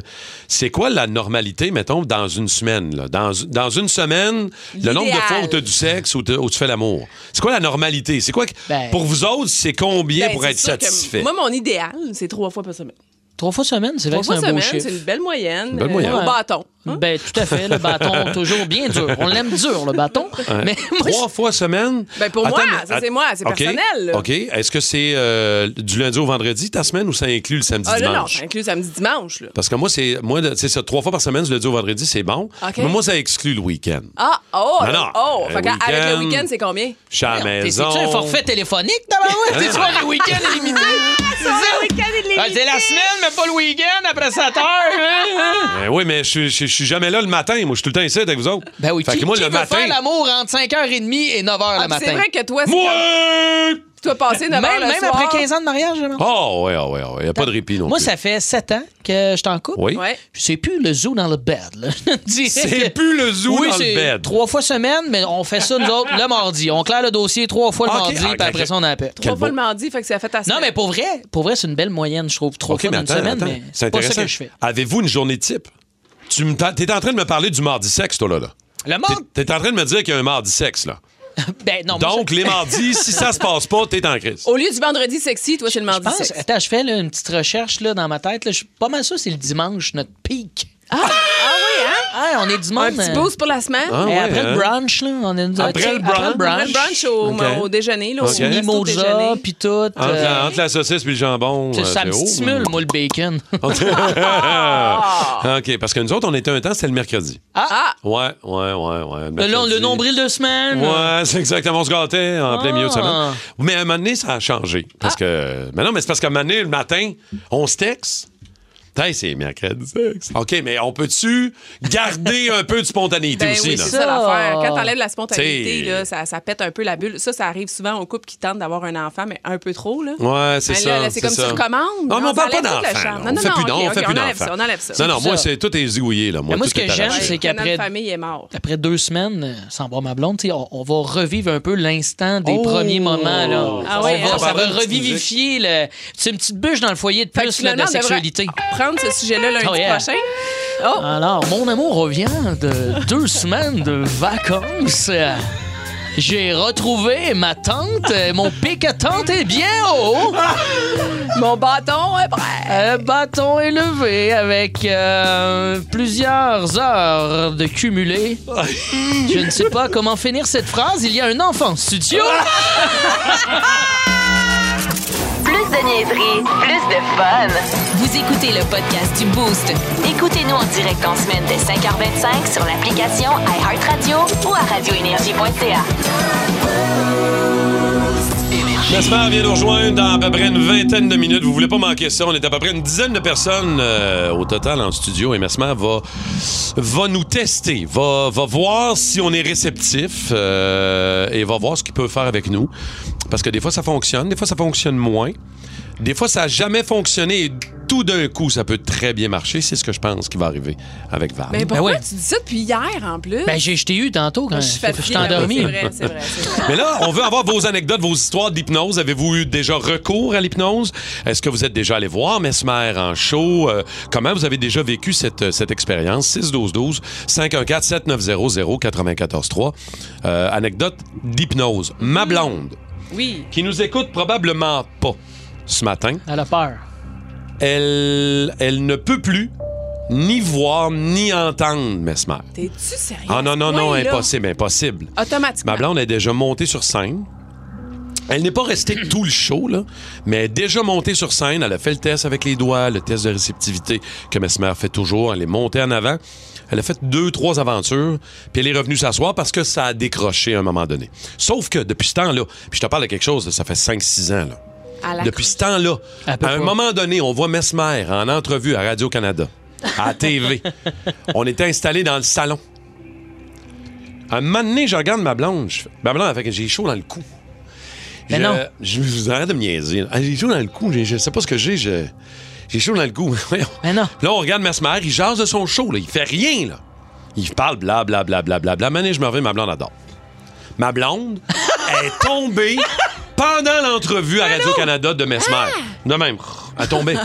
Speaker 3: c'est quoi la normalité, mettons, dans une semaine? là? Dans, dans une semaine, le nombre de
Speaker 4: L'idéal.
Speaker 3: fois où tu as du sexe ou tu fais l'amour. C'est quoi la normalité? C'est quoi que-
Speaker 5: Ben-
Speaker 3: pour vous autres, c'est combien
Speaker 4: Ben,
Speaker 3: pour
Speaker 4: c'est
Speaker 3: être
Speaker 4: sûr que
Speaker 3: satisfait?
Speaker 4: Moi, mon idéal, c'est trois fois par semaine.
Speaker 5: Trois fois semaine, c'est vrai que Ben, c'est
Speaker 4: Trois fois
Speaker 5: un
Speaker 4: semaine,
Speaker 5: beau
Speaker 4: c'est
Speaker 5: chiffre.
Speaker 4: une belle moyenne. euh,
Speaker 3: Belle moyenne.
Speaker 4: Au
Speaker 5: Ouais.
Speaker 4: bâton. hein?
Speaker 5: Ben, tout à fait, le bâton, toujours bien dur. On l'aime dur, le bâton.
Speaker 3: Ouais.
Speaker 5: Mais moi,
Speaker 3: Trois fois semaine?
Speaker 4: Ben, pour moi,
Speaker 3: mais-
Speaker 4: ça, c'est moi, c'est
Speaker 3: OK.
Speaker 4: personnel, là.
Speaker 3: OK. Est-ce que c'est euh, du lundi au vendredi ta semaine ou ça inclut le samedi
Speaker 4: Ah, là, non,
Speaker 3: dimanche?
Speaker 4: ça inclut samedi, dimanche, là.
Speaker 3: Parce que moi, c'est moi, le- c'est ça, trois fois par semaine, du lundi au vendredi, c'est bon.
Speaker 4: OK.
Speaker 3: Mais moi, ça exclut le week-end.
Speaker 4: Ah, oh,
Speaker 3: Non, non.
Speaker 4: oh.
Speaker 3: Le
Speaker 4: Fait qu'avec avec le
Speaker 3: week-end.
Speaker 4: week-end, c'est combien?
Speaker 3: Je suis à la
Speaker 5: t'es-
Speaker 3: maison.
Speaker 5: c'est-tu un forfait téléphonique, tabarouette? T'es-tu pas le week-end illimité? C'est ça? Ah, c'est la semaine, mais pas le week-end, après 7 heures. hein?
Speaker 3: Ben oui, mais je, suis- je- je suis jamais là le matin. Moi, je suis tout le temps ici avec vous autres.
Speaker 5: Ben oui,
Speaker 3: Fait
Speaker 5: qui,
Speaker 3: que moi,
Speaker 5: qui
Speaker 3: le
Speaker 5: veut
Speaker 3: matin.
Speaker 5: faire l'amour entre 5h30 et 9h
Speaker 4: Ah,
Speaker 5: le matin?
Speaker 4: c'est vrai que toi, c'est comme-
Speaker 3: Moi!
Speaker 4: tu as passé 9
Speaker 5: Même, même après 15 ans de mariage, je m'en-
Speaker 3: Oh, ouais, oh, ouais, Il n'y a pas de répit non
Speaker 5: Moi,
Speaker 3: plus.
Speaker 5: ça fait 7 ans que je t'en couple.
Speaker 3: Oui.
Speaker 4: Ouais.
Speaker 5: C'est plus le zoo dans le bed. là. Je te dirais
Speaker 3: C'est
Speaker 5: que-
Speaker 3: plus le zoo
Speaker 5: oui,
Speaker 3: dans
Speaker 5: c'est
Speaker 3: le bed.
Speaker 5: Trois fois semaine, mais on fait ça nous autres le mardi. On claire le dossier trois fois le
Speaker 3: Ok.
Speaker 5: mardi,
Speaker 3: Ah,
Speaker 5: puis après
Speaker 3: ok.
Speaker 5: ça, on appelle.
Speaker 3: Quel
Speaker 4: Trois fois
Speaker 3: beau.
Speaker 4: le mardi, fait que ça a fait ta
Speaker 5: Non,
Speaker 4: semaine.
Speaker 5: mais pour vrai, pour vrai, c'est une belle moyenne, je trouve. Trois
Speaker 3: OK,
Speaker 5: fois
Speaker 3: mais
Speaker 5: dans
Speaker 3: attends,
Speaker 5: une semaine,
Speaker 3: attends.
Speaker 5: mais
Speaker 3: c'est
Speaker 5: c'est pas
Speaker 3: intéressant.
Speaker 5: ça que je fais.
Speaker 3: Avez-vous une journée type? Tu me t'en- t'es en train de me parler du mardi sexe, toi, là. là.
Speaker 5: Le mardi.
Speaker 3: T'es t'es en train de me dire qu'il y a un mardi sexe, là.
Speaker 5: Ben, non, moi,
Speaker 3: Donc,
Speaker 5: je-
Speaker 3: les mardis, si ça se passe pas, t'es en crise.
Speaker 4: Au lieu du vendredi sexy, toi, c'est le
Speaker 5: Je
Speaker 4: mardi
Speaker 5: pense,
Speaker 4: sexy.
Speaker 5: attends, je fais là, une petite recherche là, dans ma tête. là. Je suis pas mal sûr, c'est le dimanche, notre pic.
Speaker 4: Ah, ah oui, hein?
Speaker 5: Ah, on est dimanche.
Speaker 4: Un petit
Speaker 5: euh,
Speaker 4: boost pour la semaine.
Speaker 3: Ah,
Speaker 5: mais
Speaker 3: ouais,
Speaker 5: après
Speaker 3: hein?
Speaker 5: le brunch, là, on est
Speaker 3: Après le
Speaker 5: Après le
Speaker 3: brunch.
Speaker 4: Un brunch au,
Speaker 3: Ok.
Speaker 4: au déjeuner, là,
Speaker 3: Ok.
Speaker 4: au resto
Speaker 5: Mimosa,
Speaker 4: déjeuner.
Speaker 5: puis tout.
Speaker 3: Entre,
Speaker 5: euh,
Speaker 3: la, entre la saucisse et le jambon.
Speaker 5: Ça,
Speaker 3: euh,
Speaker 5: ça me
Speaker 3: c'est- Ah, oh.
Speaker 5: stimule, moi, le bacon.
Speaker 3: OK, parce que nous autres, on était un temps, c'était le mercredi.
Speaker 4: Ah,
Speaker 3: Ouais, ouais, ouais, ouais.
Speaker 5: Le, nom-
Speaker 3: mercredi.
Speaker 5: le nombril de semaine.
Speaker 3: Ouais,
Speaker 4: Ah.
Speaker 3: c'est exactement, on se gâtait en plein
Speaker 5: Ah.
Speaker 3: milieu de semaine. Mais à un moment donné, ça a changé. Parce
Speaker 4: Ah.
Speaker 3: que. Mais non, mais c'est parce qu'à un moment donné, le matin, on se texte. Hey, c'est mercredi sexe. OK, mais on peut-tu garder un peu de spontanéité
Speaker 4: ben
Speaker 3: aussi,
Speaker 4: oui,
Speaker 3: là?
Speaker 4: c'est ça l'affaire. Quand t'enlèves la spontanéité,
Speaker 3: T'sais.
Speaker 4: là, ça, ça pète un peu la bulle. Ça, ça arrive souvent aux couples qui tentent d'avoir un enfant, mais un peu trop, là.
Speaker 3: Ouais, c'est
Speaker 4: Ben
Speaker 3: ça.
Speaker 4: là, là, c'est comme
Speaker 3: ça.
Speaker 4: sur commande.
Speaker 3: Non, mais
Speaker 4: Non,
Speaker 3: on parle pas
Speaker 4: ça enlève tout le
Speaker 3: d'enfant.
Speaker 4: charme.
Speaker 3: là.
Speaker 4: Non,
Speaker 3: On fait
Speaker 4: non,
Speaker 3: plus
Speaker 4: non,
Speaker 3: d'en- on
Speaker 4: ok,
Speaker 3: fait
Speaker 4: ok,
Speaker 3: plus
Speaker 4: on enlève
Speaker 3: d'enfants.
Speaker 4: ça, on enlève ça. Ben,
Speaker 3: Non, non,
Speaker 5: C'est
Speaker 3: moi,
Speaker 5: ça.
Speaker 3: c'est tout est zouillé, là. Moi,
Speaker 5: Mais moi,
Speaker 3: tout
Speaker 5: ce que
Speaker 3: est arraché.
Speaker 5: j'aime, c'est qu'après-
Speaker 4: Notre famille est morte.
Speaker 5: Après deux semaines, euh, sans voir ma blonde, tu sais, on, on va revivre un peu l'instant des
Speaker 3: Oh!
Speaker 5: premiers moments. Là.
Speaker 4: Ah
Speaker 5: On
Speaker 4: ouais,
Speaker 5: va-
Speaker 4: hein?
Speaker 5: ça va
Speaker 3: Petite
Speaker 5: revivifier le, c'est une petite bûche dans le foyer de
Speaker 4: Fait que
Speaker 5: plus là, de la
Speaker 4: finalement, on devrait
Speaker 5: sexualité.
Speaker 4: Prendre ce sujet-là lundi
Speaker 5: Oh, yeah.
Speaker 4: prochain. Oh,
Speaker 5: Alors, mon amour revient de deux semaines de vacances. J'ai retrouvé ma tante, euh, mon pic à tante est bien haut.
Speaker 4: mon bâton est prêt.
Speaker 5: Un bâton élevé avec euh, plusieurs heures de cumulé. Je ne sais pas comment finir cette phrase. Il y a un enfant en studio.
Speaker 1: Plus de niaiserie, plus de fun.
Speaker 2: Vous écoutez le podcast du Boost.
Speaker 1: Écoutez-nous en direct en semaine dès 5h25 sur l'application iHeartRadio ou à radioénergie.ca.
Speaker 3: Jasper vient nous rejoindre dans à peu près une vingtaine de minutes. Vous voulez pas manquer ça. On est à peu près une dizaine de personnes euh, au total en studio. Et Mesmer va, va nous tester, va, va voir si on est réceptif euh, et va voir ce qu'il peut faire avec nous. Parce que des fois, ça fonctionne, des fois, ça fonctionne moins. Des fois, ça n'a jamais fonctionné et tout d'un coup, ça peut très bien marcher. C'est ce que je pense qui va arriver avec Val.
Speaker 4: Mais Ben, pourquoi
Speaker 5: Ben ouais.
Speaker 4: tu dis ça depuis hier, en plus?
Speaker 5: Ben, j'ai- je t'ai eu tantôt quand
Speaker 4: Je suis
Speaker 5: je
Speaker 4: fatiguée,
Speaker 5: suis endormi.
Speaker 4: oui, c'est vrai, c'est vrai, c'est vrai.
Speaker 3: Mais là, on veut avoir vos anecdotes, vos histoires d'hypnose. Avez-vous eu déjà recours à l'hypnose? Est-ce que vous êtes déjà allé voir Mesmer en show? Euh, comment vous avez déjà vécu cette, euh, cette expérience? 6-12-12, 514-7900-943. Euh, anecdote d'hypnose. Ma blonde,
Speaker 4: Oui.
Speaker 3: qui nous écoute probablement pas ce matin.
Speaker 5: Elle a peur.
Speaker 3: Elle, elle ne peut plus ni voir ni entendre Mesmer.
Speaker 4: T'es-tu sérieux?
Speaker 3: Ah non, non, non,
Speaker 4: Oui, là.
Speaker 3: impossible, impossible.
Speaker 4: Automatiquement.
Speaker 3: Ma blonde est déjà montée sur scène. Elle n'est pas restée tout le show, là, mais elle est déjà montée sur scène. Elle a fait le test avec les doigts, le test de réceptivité que Mesmer fait toujours. Elle est montée en avant. Elle a fait deux, trois aventures, puis elle est revenue s'asseoir parce que ça a décroché à un moment donné. Sauf que depuis ce temps-là, puis je te parle de quelque chose, ça fait 5-6 ans, là.
Speaker 4: À la
Speaker 3: Depuis ce temps-là, à un
Speaker 5: pas.
Speaker 3: moment donné, on voit Mesmer en entrevue à Radio-Canada, à la TV. on était installé dans le salon. Un moment donné, je regarde ma blonde. je fais- Ma blonde, elle fait que j'ai chaud dans le cou.
Speaker 5: Mais
Speaker 3: je,
Speaker 5: non.
Speaker 3: Je vous arrête de me niaiser. là. Ah, J'ai chaud dans le cou. j'ai- Je sais pas ce que j'ai. je- J'ai chaud dans le cou.
Speaker 5: Mais non.
Speaker 3: Là, on regarde Mesmer. Il jase de son show. Là. Il fait rien. Là. Il parle blablabla. Bla, bla, bla, bla. Un moment donné, je me reviens. Ma blonde adore. Ma blonde est tombée pendant l'entrevue à Radio-Canada de Mesmer.
Speaker 5: Ah!
Speaker 3: De même, elle est tombée.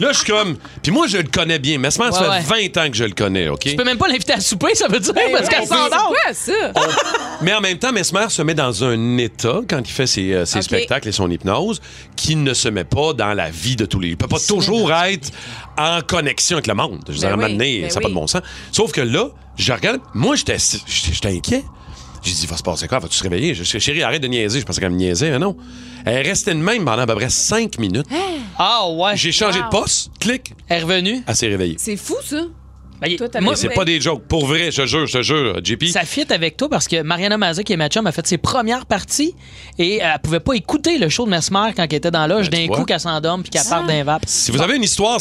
Speaker 3: Là, je suis comme. Puis moi, je le connais bien. Mesmer, ça
Speaker 5: Ouais,
Speaker 3: fait 20 ans que je le connais, OK?
Speaker 5: Tu peux même pas l'inviter à souper, ça veut dire,
Speaker 4: Ben
Speaker 5: parce qu'elle s'endort.
Speaker 4: quoi, ça?
Speaker 3: Mais en même temps, Mesmer se met dans un état quand il fait ses, euh, ses
Speaker 4: Ok.
Speaker 3: spectacles et son hypnose qui ne se met pas dans la vie de tous les. Il peut pas toujours être en connexion avec le monde. Je veux dire, à un
Speaker 4: Ben
Speaker 3: moment
Speaker 4: oui,
Speaker 3: donné,
Speaker 4: ben
Speaker 3: ça n'a pas de
Speaker 4: oui.
Speaker 3: bon sens. Sauf que là, je regarde. Moi, j'étais assis- j'étais j'étais inquiet. J'ai dit, va se passer quoi? Vas-tu se réveiller? Je, chérie, arrête de niaiser. Je pensais qu'elle me niaisait, mais non. Elle est restée de même pendant à peu près cinq minutes.
Speaker 5: Ah ouais.
Speaker 3: J'ai changé de
Speaker 4: Hein? Wow.
Speaker 3: poste. Clic.
Speaker 5: Elle est revenue. Ben,
Speaker 3: Elle s'est réveillée.
Speaker 4: C'est fou, ça. Ben, Toi, t'avais-
Speaker 3: Mais c'est pas des jokes. Pour vrai, je te jure, je te jure, JP.
Speaker 5: Ça fit avec toi parce que Mariana Mazza, qui est ma chum, a fait ses premières parties et euh, elle pouvait pas écouter le show de Mesmer quand elle était dans l'âge
Speaker 13: Ben,
Speaker 5: d'un
Speaker 3: vois.
Speaker 5: coup qu'elle s'endorme puis qu'elle part d'un vape.
Speaker 3: Si vous avez une histoire,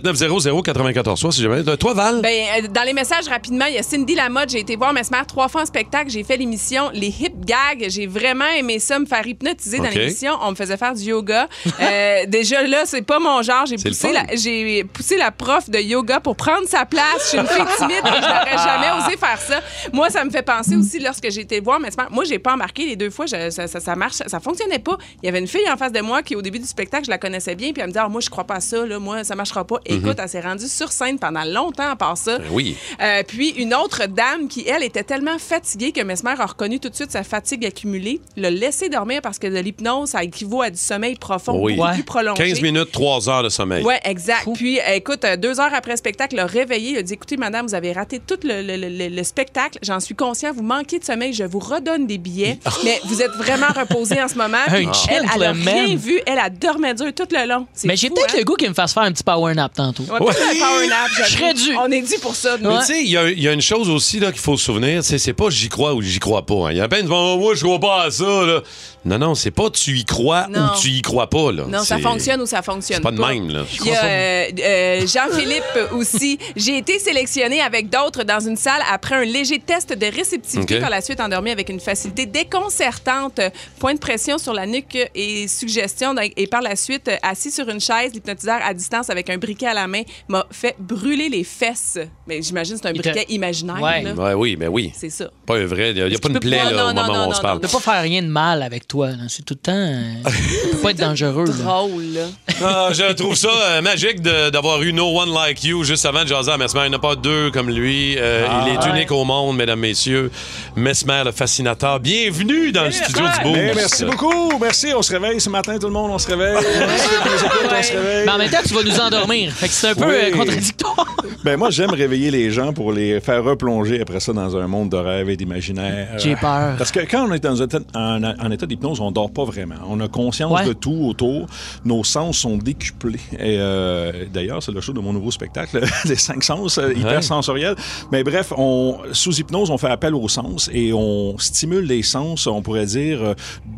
Speaker 3: 612-12-514-7900-943, si jamais. Toi, Val?
Speaker 4: Ben, euh, dans les messages rapidement, il y a Cindy Lamotte, j'ai été voir Mesmer trois fois en spectacle, j'ai fait l'émission Les Hip Gags, j'ai vraiment aimé ça, me faire hypnotiser dans
Speaker 3: OK.
Speaker 4: l'émission, on me faisait faire du yoga. Euh, déjà là, c'est pas mon genre, j'ai
Speaker 3: C'est le
Speaker 4: poussé,
Speaker 3: fun.
Speaker 4: la, j'ai poussé la prof de yoga pour prendre sa place, je suis une fille timide, et je n'aurais jamais osé faire ça. Moi, ça me fait penser aussi lorsque j'ai été voir Mesmer, moi j'ai pas embarqué les deux fois, je- ça, ça, ça marche, ça fonctionnait pas. Il y avait une fille en face de moi qui au début du spectacle, je la connaissais bien, puis elle me dit Ah, moi je crois pas à ça, là, moi ça marchera pas. Écoute, elle s'est rendue sur scène pendant longtemps à part ça.
Speaker 3: Mhm. Ben oui.
Speaker 4: Euh, puis une autre dame qui, elle, était tellement fatiguée que Mesmer a reconnu tout de suite sa fatigue accumulée, l'a laissé dormir parce que de l'hypnose, ça équivaut à du sommeil profond,
Speaker 3: Oui.
Speaker 4: beaucoup plus prolongé.
Speaker 3: 15 minutes, 3 heures de sommeil.
Speaker 4: Oui, exact. Puis, euh, écoute, euh, deux heures après le spectacle, il a réveillé, il a dit Écoutez, madame, vous avez raté tout le, le- le- le spectacle. J'en suis conscient, vous manquez de sommeil, je vous redonne des billets. mais vous êtes vraiment reposée en ce moment.
Speaker 5: Ah. Un
Speaker 4: Puis elle, elle a
Speaker 5: gentleman.
Speaker 4: rien vu, elle a dormi dur tout le long. C'est
Speaker 5: Mais j'ai
Speaker 4: fou,
Speaker 5: peut-être
Speaker 4: hein?
Speaker 5: le goût qu'il me fasse faire un petit power nap tantôt.
Speaker 4: Ouais, peut-être un power nap, j'avoue.
Speaker 5: Je serais dû.
Speaker 4: On est dû pour ça. nous.
Speaker 3: Mais tu sais, il y, a- il y a une chose aussi là, qu'il faut se souvenir, c'est c'est pas j'y crois ou j'y crois pas. hein. Il y a plein de gens, moi je crois pas à ça. Là. Non, non, c'est pas tu y crois
Speaker 4: Non.
Speaker 3: ou tu y crois pas. Là.
Speaker 4: Non, ça
Speaker 3: C'est-
Speaker 4: fonctionne ou ça fonctionne
Speaker 3: c'est pas de même, là. Je
Speaker 4: Il y
Speaker 3: crois
Speaker 4: a
Speaker 3: pas.
Speaker 4: euh, euh, Jean-Philippe aussi. J'ai été sélectionné avec d'autres dans une salle après un léger test de réceptivité.
Speaker 3: Ok.
Speaker 4: Par la suite, endormi avec une facilité déconcertante. Point de pression sur la nuque et suggestion. Et par la suite, euh, assis sur une chaise, l'hypnotiseur à distance avec un briquet à la main m'a fait brûler les fesses. Mais j'imagine que c'est un
Speaker 5: Il te-
Speaker 4: briquet imaginaire.
Speaker 5: Ouais.
Speaker 4: là.
Speaker 3: Ouais, oui, mais oui.
Speaker 4: C'est ça.
Speaker 3: Pas un vrai. Il n'y a, pas une plaie là,
Speaker 4: pas- non,
Speaker 3: au
Speaker 4: non,
Speaker 3: moment
Speaker 4: non,
Speaker 3: où on
Speaker 4: non,
Speaker 3: se parle.
Speaker 5: Je peux pas faire rien de mal avec toi. là. C'est tout le temps. euh, faut pas être dangereux. là.
Speaker 4: Drôle, là.
Speaker 3: Ah, je trouve ça euh, magique de- d'avoir eu No One Like You juste avant de jaser à Mesmer. Il n'y en a pas deux comme lui. Euh,
Speaker 13: Ah.
Speaker 3: Il est unique au monde, mesdames, messieurs. Mesmer, le fascinateur. Bienvenue dans le studio du Beau.
Speaker 13: Eh, merci beaucoup. Merci. On se réveille ce matin, tout le monde. On se réveille. Ceux qui nous écoutent, on se réveille.
Speaker 5: Mais en même temps, tu vas nous endormir. Fait que c'est un peu euh,
Speaker 13: Oui.
Speaker 5: contradictoire.
Speaker 13: Ben, moi, j'aime réveiller les gens pour les faire replonger après ça dans un monde de rêves et d'imaginaire.
Speaker 5: J'ai peur.
Speaker 13: Parce que quand on est dans un état- en, en état d'hypnose, on dort pas vraiment. On a conscience
Speaker 5: Ouais.
Speaker 13: de tout autour. Nos sens sont décuplés. Et euh, d'ailleurs, c'est le show de mon nouveau spectacle, les cinq sens euh,
Speaker 3: Hein?
Speaker 13: hypersensoriels. Mais bref, on, sous hypnose, on fait appel aux sens et on stimule les sens, on pourrait dire, euh,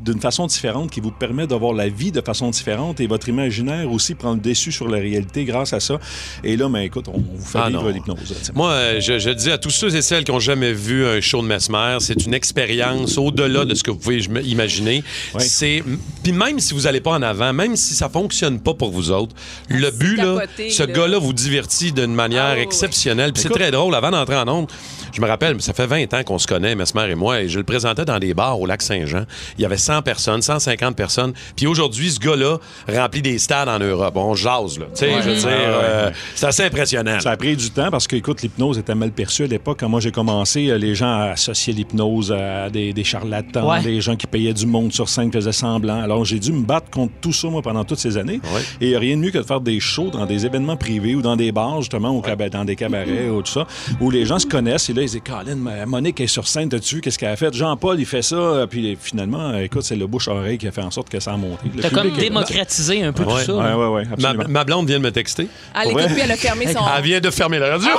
Speaker 13: d'une façon différente qui vous permet d'avoir la vie de façon différente et votre imaginaire aussi prend le dessus sur la réalité grâce à ça. Et là, ben, écoute, on vous fait
Speaker 3: Ah,
Speaker 13: vivre
Speaker 3: non.
Speaker 13: l'hypnose. tu sais.
Speaker 3: Moi, euh, je, je dis à tous ceux et celles qui n'ont jamais vu un show de Mesmer, c'est une expérience au-delà de ce que vous pouvez im- imaginer. C'est puis même si vous n'allez pas en avant, même si ça fonctionne pas pour vous autres, le but là,
Speaker 13: Ah, capoté,
Speaker 3: ce
Speaker 13: là. Ah,
Speaker 3: gars-là vous divertit d'une manière exceptionnelle. Puis c'est
Speaker 13: Écoute-
Speaker 3: très drôle. Avant d'entrer en onde, je me rappelle, ça fait 20 ans qu'on se connaît, Mesmer et moi, et je le présentais dans des bars au lac Saint-Jean. Il y avait 100 personnes, 150 personnes. Puis aujourd'hui, ce gars-là remplit des stades en Europe. On jase là. Tu sais,
Speaker 13: Ouais. Ah,
Speaker 3: je veux dire,
Speaker 13: Ouais, ouais,
Speaker 3: euh,
Speaker 13: ouais.
Speaker 3: c'est assez impressionnant.
Speaker 13: Ça a pris du temps parce que, écoute, l'hypnose était mal perçue à l'époque. Quand moi j'ai commencé, euh, les gens associaient l'hypnose à des, des charlatans,
Speaker 14: Ouais.
Speaker 13: des gens qui payaient du monde sur scène, qui faisaient semblant. Alors j'ai dû me battre contre tout ça, moi, pendant toutes ces années.
Speaker 3: Ah
Speaker 13: Et il n'y a rien de mieux que de faire des shows dans des événements privés ou dans des bars, justement, ou caba- dans des cabarets ou tout ça, où les gens se connaissent. Et là, ils disent Colin, ma- Monique est sur scène, t'as-tu vu qu'est-ce qu'elle a fait Jean-Paul, il fait ça. Puis finalement, euh, écoute, c'est le bouche-oreille qui a fait en sorte que ça a monté. Le
Speaker 5: T'as comme
Speaker 13: public est-
Speaker 5: démocratisé un peu
Speaker 13: Ouais,
Speaker 5: tout ça.
Speaker 13: ouais,
Speaker 5: là.
Speaker 13: ouais, ouais,
Speaker 3: Ma,
Speaker 13: absolument.
Speaker 3: ma blonde vient de me texter.
Speaker 4: Elle
Speaker 3: Pour vrai?
Speaker 4: écoute,
Speaker 3: Ah,
Speaker 4: puis elle a fermé son-
Speaker 3: Elle vient de fermer la radio.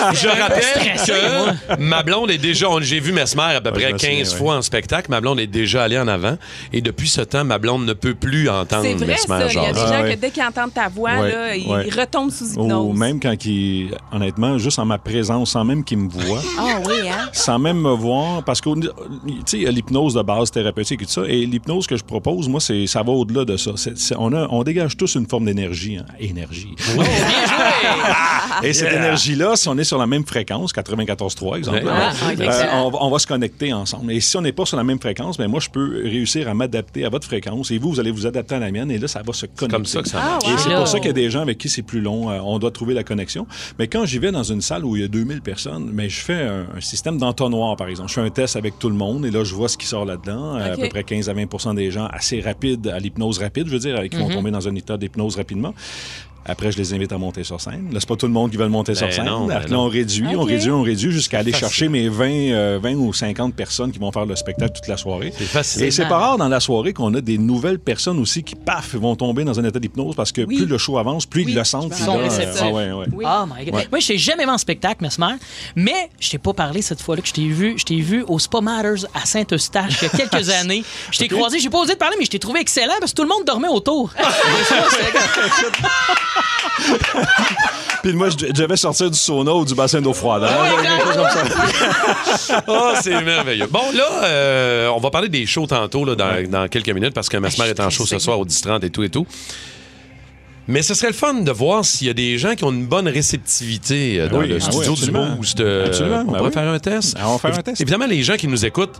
Speaker 4: Ah
Speaker 3: je rappelle
Speaker 4: stressé,
Speaker 3: que ma blonde est déjà. on- J'ai vu Mesmer à peu
Speaker 13: je
Speaker 3: près
Speaker 13: me
Speaker 3: 15
Speaker 13: souviens, ouais.
Speaker 3: fois en spectacle. Ma blonde est déjà allée en avant. Et depuis ce temps, ma blonde ne peut plus entendre
Speaker 4: C'est vrai, ça.
Speaker 3: Mesmer.
Speaker 4: Il y a des
Speaker 13: Ah
Speaker 4: gens
Speaker 13: ouais.
Speaker 4: que dès qu'ils entendent ta voix,
Speaker 13: Ouais,
Speaker 4: là, ils
Speaker 13: ouais.
Speaker 4: retombent sous
Speaker 13: Ou
Speaker 4: hypnose.
Speaker 13: même quand il. Honnêtement, juste en ma présence, sans même qu'il me voit.
Speaker 4: Ah oui, hein?
Speaker 13: Sans même me voir, parce que tu sais, il y a l'hypnose de base thérapeutique et tout ça, et l'hypnose que je propose, moi, c'est ça va au-delà de ça. C'est- c'est- on, a- on dégage tous une forme d'énergie. hein. Énergie.
Speaker 5: Ah.
Speaker 13: et cette
Speaker 14: Yeah.
Speaker 13: énergie-là, si on est sur la même fréquence, 94.3, exemple,
Speaker 14: Ouais. Ah, ok,
Speaker 13: euh,
Speaker 14: excellent.
Speaker 13: on, va- on va se connecter ensemble. Et si on n'est pas sur la même fréquence, ben moi, je peux réussir à m'adapter à votre fréquence, et vous, vous allez vous adapter à la mienne, et là, ça va se connecter.
Speaker 3: comme ça que ça marche.
Speaker 13: Et
Speaker 3: Ah,
Speaker 13: c'est
Speaker 3: wow.
Speaker 13: pour ça qu'il y a des gens avec qui c'est plus long. euh, on doit trouver la connexion. Mais quand j'y vais dans une salle où il y a 2000 personnes, mais je fais un, un système d'entonnoir, par exemple. Je fais un test avec tout le monde et là, je vois ce qui sort là-dedans. Euh,
Speaker 14: OK.
Speaker 13: À peu près 15 à 20 des gens assez rapides, à l'hypnose rapide, je veux dire, euh, qui vont
Speaker 14: Mhm.
Speaker 13: tomber dans un état d'hypnose rapidement. Après, je les invite à monter sur scène. Là, c'est pas tout le monde qui veut le monter
Speaker 3: Ben
Speaker 13: sur scène.
Speaker 3: non, ben
Speaker 13: là,
Speaker 3: non.
Speaker 13: on réduit, on
Speaker 3: OK.
Speaker 13: réduit, on réduit jusqu'à aller
Speaker 3: Facile.
Speaker 13: chercher mes 20, euh, 20 ou 50 personnes qui vont faire le spectacle toute la soirée.
Speaker 3: C'est fascinant.
Speaker 13: Et c'est pas rare dans la soirée qu'on a des nouvelles personnes aussi qui, paf, vont tomber dans un état d'hypnose parce que plus le show avance, plus ils le sentent.
Speaker 5: Ils
Speaker 13: puis
Speaker 5: sont
Speaker 13: là, euh,
Speaker 5: réceptifs.
Speaker 13: ah ouais, ouais.
Speaker 5: Oh my God.
Speaker 13: Ouais.
Speaker 5: Moi, je t'ai jamais vu en spectacle, Mesmer, mais je t'ai pas parlé cette fois-là que je t'ai vu. Je t'ai vu au Spa Matters à Saint-Eustache il y a quelques années. Je t'ai
Speaker 14: Ok.
Speaker 5: croisé, j'ai pas osé te parler, mais je t'ai trouvé excellent parce que tout le monde dormait autour.
Speaker 13: Puis moi, je je devais sortir du sauna ou du bassin d'eau froide. hein, quelque chose comme ça.
Speaker 3: Ah, c'est merveilleux. Bon, là, euh, on va parler des shows tantôt, là, dans, dans quelques minutes, parce
Speaker 13: Ben,
Speaker 3: que Masmer est en show ce soir au 10-30 et tout et tout. Mais ce serait le fun de voir s'il y a des gens qui ont une bonne réceptivité euh, dans
Speaker 13: Oui,
Speaker 3: le
Speaker 13: ah oui,
Speaker 3: studio du
Speaker 13: absolument.
Speaker 3: Boost. Euh,
Speaker 13: Absolument,
Speaker 3: on
Speaker 13: ben
Speaker 3: va
Speaker 13: oui.
Speaker 3: faire un test.
Speaker 13: Ah, on va faire un
Speaker 3: Évi-
Speaker 13: test.
Speaker 3: Évidemment, les gens qui nous écoutent,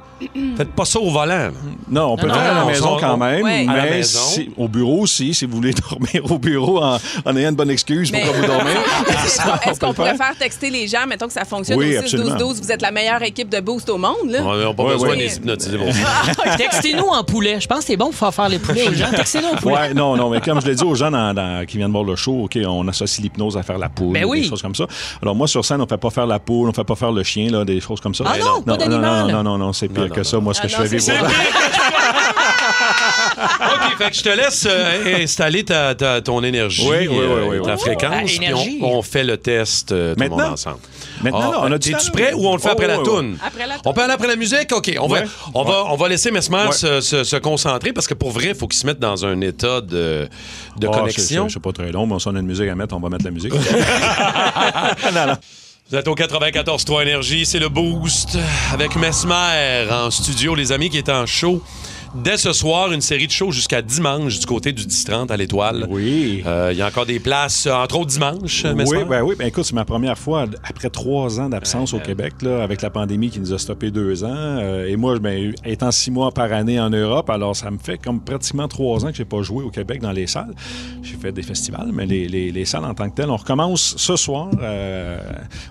Speaker 3: faites pas ça au volant. là.
Speaker 13: Non, on peut le faire à la
Speaker 3: on
Speaker 13: maison
Speaker 3: sort-
Speaker 13: quand même,
Speaker 3: Ouais. À la
Speaker 13: mais
Speaker 3: maison.
Speaker 13: si- au bureau aussi, si vous voulez dormir au bureau en, en ayant une bonne excuse pour
Speaker 4: Mais-
Speaker 13: pas vous dormir.
Speaker 4: Est-ce qu'on-
Speaker 13: ça, on
Speaker 4: Est-ce
Speaker 13: peut
Speaker 4: qu'on
Speaker 13: le
Speaker 4: pourrait
Speaker 13: faire.
Speaker 4: faire texter les gens, mettons que ça fonctionne
Speaker 13: Oui,
Speaker 4: au 6 12 12
Speaker 13: absolument.
Speaker 4: vous êtes la meilleure équipe de boost au monde là.
Speaker 3: On n'a pas
Speaker 13: Ouais,
Speaker 3: besoin
Speaker 13: ouais.
Speaker 3: des hypnotisés pour ça.
Speaker 5: Textez-nous en poulet. Je pense que c'est bon pour faire faire les poulets aux gens. Textez-nous en poulet.
Speaker 13: Ouais, non, non, mais comme je l'ai dit aux gens dans- dans- qui viennent voir le show, OK, on associe l'hypnose à faire la poule,
Speaker 5: Ben oui.
Speaker 13: des choses comme ça. Alors moi, sur scène, on fait pas faire la poule, on fait pas faire le chien, là, des choses comme ça.
Speaker 5: Ah
Speaker 13: Ben
Speaker 5: non, pas
Speaker 13: non, non,
Speaker 5: d'animal. Ah
Speaker 13: non, non, non, c'est pire que ça, moi, ce que je fais vivre. aux gens.
Speaker 3: OK, fait que je te laisse euh, installer ta, ta- ton énergie,
Speaker 13: Oui, oui, oui,
Speaker 3: euh,
Speaker 13: oui,
Speaker 3: ta
Speaker 13: oui.
Speaker 3: fréquence,
Speaker 13: Ah,
Speaker 3: puis on-
Speaker 13: énergie.
Speaker 3: on, fait le test euh, tout le monde
Speaker 13: Maintenant?
Speaker 3: ensemble.
Speaker 13: Maintenant,
Speaker 3: Ah,
Speaker 13: on a du
Speaker 3: T'es-tu
Speaker 13: temps.
Speaker 3: prêt ou on le fait
Speaker 13: Oh,
Speaker 3: après la
Speaker 13: ouais,
Speaker 3: toune?
Speaker 4: Après la
Speaker 3: On peut aller après la musique? OK, on, va,
Speaker 13: Ouais.
Speaker 3: on,
Speaker 13: Ouais.
Speaker 3: va, on va laisser Mesmer
Speaker 13: Ouais.
Speaker 3: se, se- se concentrer parce que pour vrai, il faut qu'il se mette dans un état de, de
Speaker 13: Ah, c'est-
Speaker 3: connexion.
Speaker 13: c'est- C'est pas très long, mais si on a une musique à mettre, on va mettre la musique.
Speaker 3: Vous êtes au 94 3 Énergie, c'est le Boost avec Mesmer en studio, les amis, qui est en show. Dès ce soir, une série de shows jusqu'à dimanche du côté du 10-30 à l'Étoile.
Speaker 13: Oui.
Speaker 3: Il y a encore des places, euh, entre autres dimanche, Mesmer.
Speaker 13: Oui, ben oui, ben écoute, c'est ma première fois après trois ans d'absence
Speaker 3: Euh.
Speaker 13: au Québec, là, avec la pandémie qui nous a stoppé deux ans. euh, et moi, ben, étant six mois par année en Europe, alors ça me fait comme pratiquement trois ans que j'ai pas joué au Québec dans les salles. J'ai fait des festivals, mais les, les- les salles en tant que telles, on recommence ce soir euh,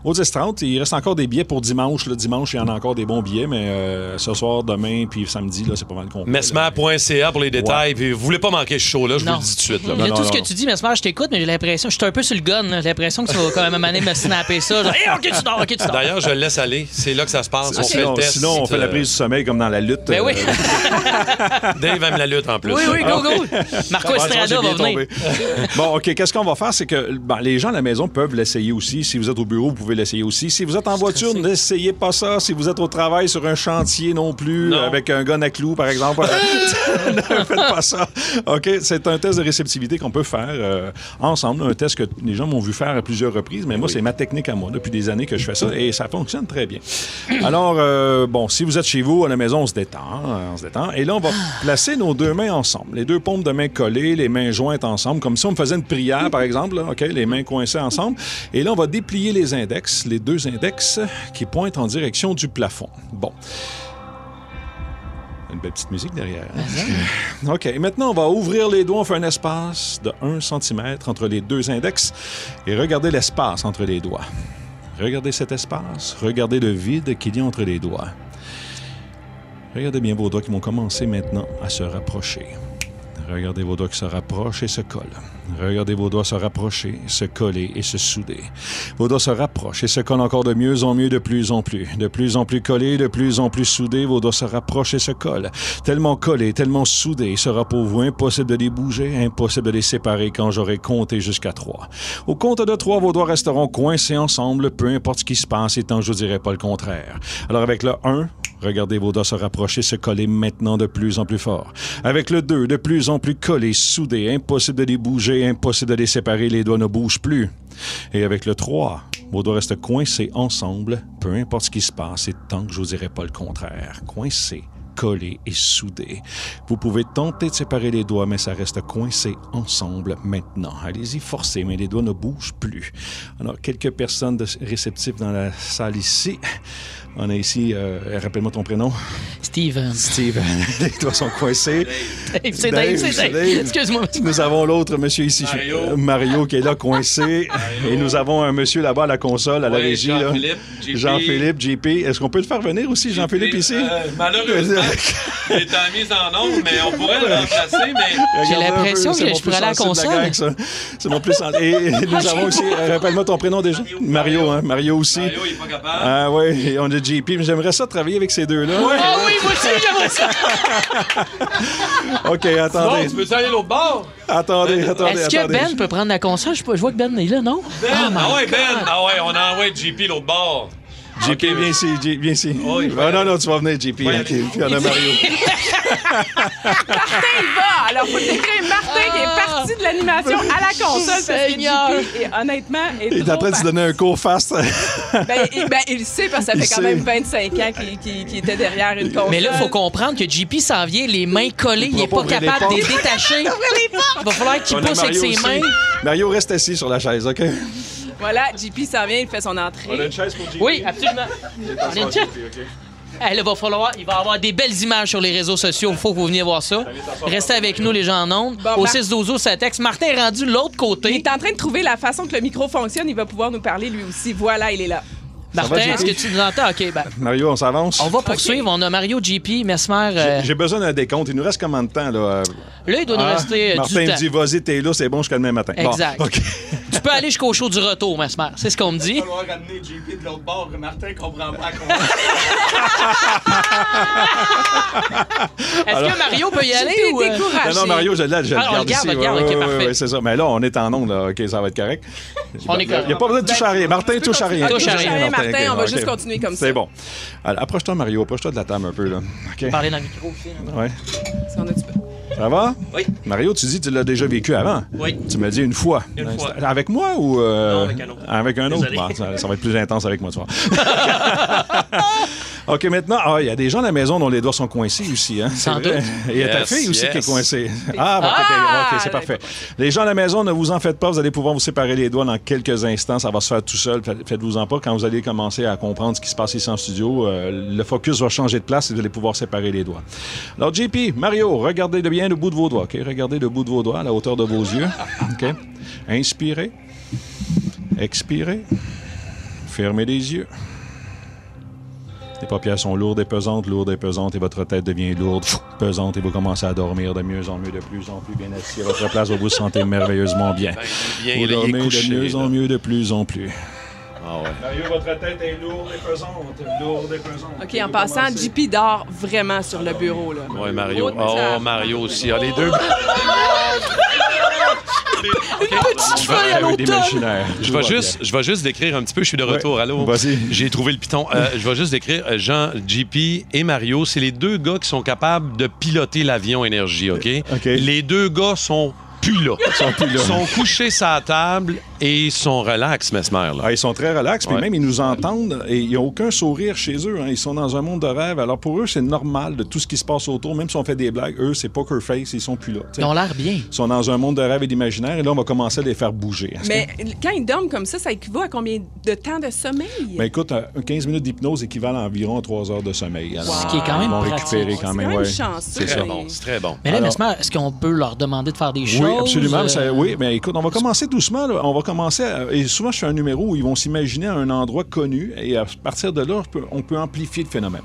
Speaker 13: au 10-30. Il reste encore des billets pour dimanche. Le dimanche, il y en a encore des bons billets, mais euh, ce soir, demain, puis samedi, là, c'est pas mal complet.
Speaker 3: Mesmer.ca pour les détails. Puis vous voulez pas manquer ce show-là, je vous
Speaker 5: Non.
Speaker 3: le dis tout de suite. là.
Speaker 5: Il y a tout ce que tu dis, Mesmer, je t'écoute, mais j'ai l'impression, je suis un peu sur le gun, là. j'ai l'impression que tu vas quand même à un moment donné me snapper ça. Genre, Hey, ok, tu dors, ok, tu dors.
Speaker 3: D'ailleurs, je le laisse aller. C'est là que ça se passe. On fait
Speaker 13: Sinon,
Speaker 3: le test.
Speaker 13: sinon, on fait la prise du sommeil comme dans la lutte.
Speaker 5: Ben oui.
Speaker 3: Euh, Dave aime la lutte en plus.
Speaker 5: Oui, oui, go, go. Marco
Speaker 13: Ah, tu vois,
Speaker 5: Estrada
Speaker 13: j'ai
Speaker 5: va
Speaker 13: bien
Speaker 5: venir.
Speaker 13: tombé. bon, OK, qu'est-ce qu'on va faire? C'est que ben, les gens à la maison peuvent l'essayer aussi. Si vous êtes au bureau, vous pouvez l'essayer aussi. Si vous êtes en voiture, n'essayez pas ça. Si vous êtes au travail, sur un chantier non plus, euh, ben,
Speaker 3: Non.
Speaker 13: avec un gun à clous, par exemple, ne faites pas ça. OK, c'est un test de réceptivité qu'on peut faire euh, ensemble, un test que les gens m'ont vu faire à plusieurs reprises, mais moi, c'est ma technique à moi depuis des années que je fais ça et ça fonctionne très bien. Alors, euh, bon, si vous êtes chez vous, à la maison, on se détend, euh, on se détend. Et là, on va placer nos deux mains ensemble, les deux paumes de main collées, les mains jointes ensemble, comme si on me faisait une prière, par exemple, là, OK, les mains coincées ensemble. Et là, on va déplier les index, les deux index qui pointent en direction du plafond. Bon. Une belle petite musique derrière. hein? OK. Et maintenant, on va ouvrir les doigts. On fait un espace de 1 cm entre les deux index et regardez l'espace entre les doigts. Regardez cet espace. Regardez le vide qu'il y a entre les doigts. Regardez bien vos doigts qui vont commencer maintenant à se rapprocher. Regardez vos doigts qui se rapprochent et se collent. Regardez vos doigts se rapprocher, se coller et se souder. Vos doigts se rapprochent et se collent encore de mieux en mieux, de plus en plus. De plus en plus collés, de plus en plus soudés, vos doigts se rapprochent et se collent. Tellement collés, tellement soudés, il sera pour vous impossible de les bouger, impossible de les séparer quand j'aurai compté jusqu'à trois. Au compte de trois, vos doigts resteront coincés ensemble, peu importe ce qui se passe, et tant que je ne dirai pas le contraire. Alors avec le 1, Regardez vos doigts se rapprocher, se coller maintenant de plus en plus fort. Avec le 2, de plus en plus collés, soudés, impossible de les bouger, impossible de les séparer, les doigts ne bougent plus. Et avec le 3, vos doigts restent coincés ensemble, peu importe ce qui se passe, et tant que je vous dirai pas le contraire. Coincés, collés et soudés. Vous pouvez tenter de séparer les doigts, mais ça reste coincé ensemble maintenant. Allez-y, forcez, mais les doigts ne bougent plus. Alors, quelques personnes de- réceptives dans la salle ici. On a ici, euh, rappelle-moi ton prénom.
Speaker 5: Steve.
Speaker 13: Steve, les doigts sont coincés.
Speaker 5: Dave, c'est Dave, c'est Dave. Excuse-moi.
Speaker 13: Nous avons l'autre monsieur ici, Mario, Mario qui est là coincé. Et nous avons un monsieur là-bas à la console, à la
Speaker 14: Oui,
Speaker 13: régie. là.
Speaker 14: Jean-Philippe, JP.
Speaker 13: Jean-Philippe, JP. Est-ce qu'on peut le faire venir aussi, Jean-Philippe, ici?
Speaker 14: Euh, malheureusement, il est en mise en ombre, mais on pourrait le remplacer, mais...
Speaker 13: Regarde un peu, c'est mon plus sensible de la gang, ça. C'est mon plus sensible. Et et nous avons aussi, euh, rappelle-moi ton prénom déjà. Mario, hein, Mario aussi. Mario, il est pas capable. Ah ouais, et on a JP, mais j'aimerais ça travailler avec ces deux-là.
Speaker 14: Ah oui, moi aussi, j'aimerais ça!
Speaker 13: OK, attendez.
Speaker 14: Bon, tu peux-tu aller à l'autre bord?
Speaker 5: Oh
Speaker 13: Attendez, attendez,
Speaker 5: Est-ce que
Speaker 13: attendez.
Speaker 5: Ben peut prendre la console? Je, sais pas, je vois que Ben est là, non?
Speaker 14: Ben,
Speaker 5: Ah, my
Speaker 14: ah ouais, Ben!
Speaker 5: God.
Speaker 14: Ah ouais, on a envoyé JP l'autre bord.
Speaker 13: JP, viens ici, J- viens ici.
Speaker 5: Oh,
Speaker 13: Ah non, non, tu vas venir, JP. OK, puis on a Mario.
Speaker 4: Martin il va. Alors, faut le décrire Martin qui
Speaker 13: Ah.
Speaker 4: est parti de l'animation à la console parce que
Speaker 5: Seigneur.
Speaker 4: JP est honnêtement est
Speaker 13: Il est en
Speaker 4: trop
Speaker 13: train de se donner un cours fast.
Speaker 4: Ben, il, ben, il le sait parce que ça
Speaker 13: Il
Speaker 4: fait quand
Speaker 13: sait.
Speaker 4: même 25 ans qu'il qu'il- qu'il était derrière une console.
Speaker 5: Mais là, il faut comprendre que JP s'en vient les mains collées. Il n'est pas
Speaker 13: Ben. pourra pas ouvrir
Speaker 5: capable de les
Speaker 13: les
Speaker 5: détacher. Il va falloir qu'il
Speaker 13: On a
Speaker 5: pousse avec
Speaker 13: Mario
Speaker 5: ses
Speaker 13: aussi.
Speaker 5: mains.
Speaker 13: Mario, reste assis sur la chaise, OK?
Speaker 4: Voilà, JP s'en vient, il fait son entrée.
Speaker 13: On a une chaise pour JP?
Speaker 5: Oui, absolument. On a une chaise. Eh, là, va falloir, il va y avoir des belles images sur les réseaux sociaux. Il faut que vous veniez voir ça. Restez avec nous, les gens en ondes. Au
Speaker 4: Mar-
Speaker 5: 6 12 ça texte. Martin est rendu de l'autre
Speaker 4: Il
Speaker 5: côté.
Speaker 4: est en train de trouver la façon que le micro fonctionne, il va pouvoir nous parler lui aussi. Voilà, il est là.
Speaker 5: Martin,
Speaker 13: va, JP?
Speaker 5: est-ce que tu nous entends? OK, ben,
Speaker 13: Mario, on s'avance.
Speaker 5: on va poursuivre. On a Mario, JP, Mesmer. euh,
Speaker 13: J'ai besoin d'un décompte. Il nous reste combien de temps, là? euh?
Speaker 5: Là, il doit nous
Speaker 13: Ah,
Speaker 5: rester euh,
Speaker 13: Martin
Speaker 5: du
Speaker 13: me dit,
Speaker 5: temps.
Speaker 13: vas-y, t'es là, c'est bon jusqu'à demain matin. Bon,
Speaker 5: Exact.
Speaker 13: OK.
Speaker 5: Tu peux aller jusqu'au show du retour, Mesmer. C'est ce qu'on me dit.
Speaker 14: falloir ramener JP de l'autre bord. Martin comprend pas
Speaker 5: Est-ce
Speaker 13: Alors-
Speaker 5: que Mario peut y
Speaker 4: J'ai
Speaker 5: aller
Speaker 4: été
Speaker 5: ou... euh,
Speaker 4: découragée.
Speaker 13: Non, non, Mario, je l'ai, je le
Speaker 5: Ah, on le
Speaker 13: garde
Speaker 5: garde,
Speaker 13: ici.
Speaker 5: on le garde,
Speaker 13: Ouais,
Speaker 5: ok,
Speaker 13: ouais, ouais,
Speaker 5: parfait.
Speaker 13: ouais, c'est ça. Mais là, on est en onde, là. OK, ça va être correct.
Speaker 5: On est correct.
Speaker 13: Il n'y a pas besoin de toucher à rien. Martin, touche à rien.
Speaker 4: Touche à rien, Martin,
Speaker 13: ok,
Speaker 4: on va
Speaker 13: ok.
Speaker 4: juste continuer comme ça.
Speaker 13: C'est bon. Alors, approche-toi, Mario. Approche-toi de la table un peu, là. OK.
Speaker 5: Parler dans le micro aussi. là.
Speaker 13: Ouais.
Speaker 4: Si on a du-
Speaker 13: Ça va?
Speaker 14: Oui.
Speaker 13: Mario, tu dis que tu l'as déjà vécu avant.
Speaker 14: Oui.
Speaker 13: Tu me dis une fois.
Speaker 14: Une
Speaker 13: Euh,
Speaker 14: fois.
Speaker 13: c'est Avec moi ou. euh,
Speaker 14: Non, avec un autre.
Speaker 13: Avec un autre.
Speaker 14: Désolé.
Speaker 13: Bon, ça, ça va être plus intense avec moi, tu vois. OK, maintenant, ah, il y a des gens à la maison dont les doigts sont coincés aussi. Hein,
Speaker 5: Sans
Speaker 13: c'est vrai.
Speaker 5: doute.
Speaker 13: Et il y a ta
Speaker 14: Yes,
Speaker 13: fille aussi
Speaker 14: yes.
Speaker 13: qui est coincée. Ah, bon, OK, OK, c'est parfait. Les gens à la maison, ne vous en faites pas. Vous allez pouvoir vous séparer les doigts dans quelques instants. Ça va se faire tout seul. Fa- Faites-vous en pas. Quand vous allez commencer à comprendre ce qui se passe ici en studio, euh, le focus va changer de place et vous allez pouvoir séparer les doigts. Alors, JP, Mario, regardez de bien le bout de vos doigts. OK? Regardez le bout de vos doigts à la hauteur de vos yeux. OK? Inspirez. Expirez. Fermez les yeux. Les paupières sont lourdes et pesantes, lourdes et pesantes, et votre tête devient lourde, pff, pesante, et vous commencez à dormir de mieux en mieux, de plus en plus bien assis à votre place, vous vous sentez merveilleusement bien.
Speaker 3: bien,
Speaker 13: vous
Speaker 3: là, Ben, il est
Speaker 13: dormez
Speaker 3: couché,
Speaker 13: de mieux
Speaker 3: là.
Speaker 13: en mieux, de plus en plus.
Speaker 3: Ah ouais.
Speaker 13: Mario, votre tête est lourde et pesante, lourde et pesante.
Speaker 4: OK, en passant, JP dort vraiment sur le bureau. Là.
Speaker 3: Ouais, Mario.
Speaker 4: Autre
Speaker 3: Oh,
Speaker 4: table.
Speaker 3: Mario aussi. Ah, les deux.
Speaker 5: Une petite feuille à l'automne.
Speaker 3: Je vais juste, je vais juste décrire un petit peu. Je suis de retour. Allô. J'ai trouvé le piton. Euh, je vais juste décrire euh, Jean, JP et Mario. C'est les deux gars qui sont capables de piloter l'avion énergie. Ok.
Speaker 14: Euh,
Speaker 3: Les deux gars sont plus là. Ils sont
Speaker 13: plus là.
Speaker 3: couchés sa table et ils sont relax, Mesmer. Là.
Speaker 13: Ah, ils sont très relax, puis
Speaker 3: Ouais.
Speaker 13: même ils nous entendent et ils n'ont aucun sourire chez eux. hein. Ils sont dans un monde de rêve. Alors pour eux, c'est normal de tout ce qui se passe autour, même si on fait des blagues, eux, c'est poker face, ils sont plus là. t'sais.
Speaker 5: Ils ont l'air bien.
Speaker 13: Ils sont dans un monde de rêve et d'imaginaire et là, on va commencer à les faire bouger. hein.
Speaker 4: Mais quand ils dorment comme ça, ça équivaut à combien de temps de sommeil?
Speaker 13: Ben écoute, euh, 15 minutes d'hypnose équivalent à environ 3 heures de sommeil. Alors,
Speaker 5: Ce qui est quand même
Speaker 13: Ils vont
Speaker 5: pratique.
Speaker 13: récupérer
Speaker 4: C'est
Speaker 13: quand même,
Speaker 4: quand même
Speaker 13: ouais.
Speaker 4: chanceux. hein.
Speaker 13: C'est
Speaker 4: Très
Speaker 13: ça.
Speaker 4: bon,
Speaker 3: c'est très bon.
Speaker 5: Mais là,
Speaker 13: Alors-
Speaker 5: Mesmer, est-ce qu'on peut leur demander de faire des choses?
Speaker 13: Oui, absolument.
Speaker 5: euh,
Speaker 13: Ça- oui, mais écoute, on va commencer doucement. là. On va commencer. à- et souvent, je fais un numéro où ils vont s'imaginer à un endroit connu. Et à partir de là, on peut, on peut amplifier le phénomène.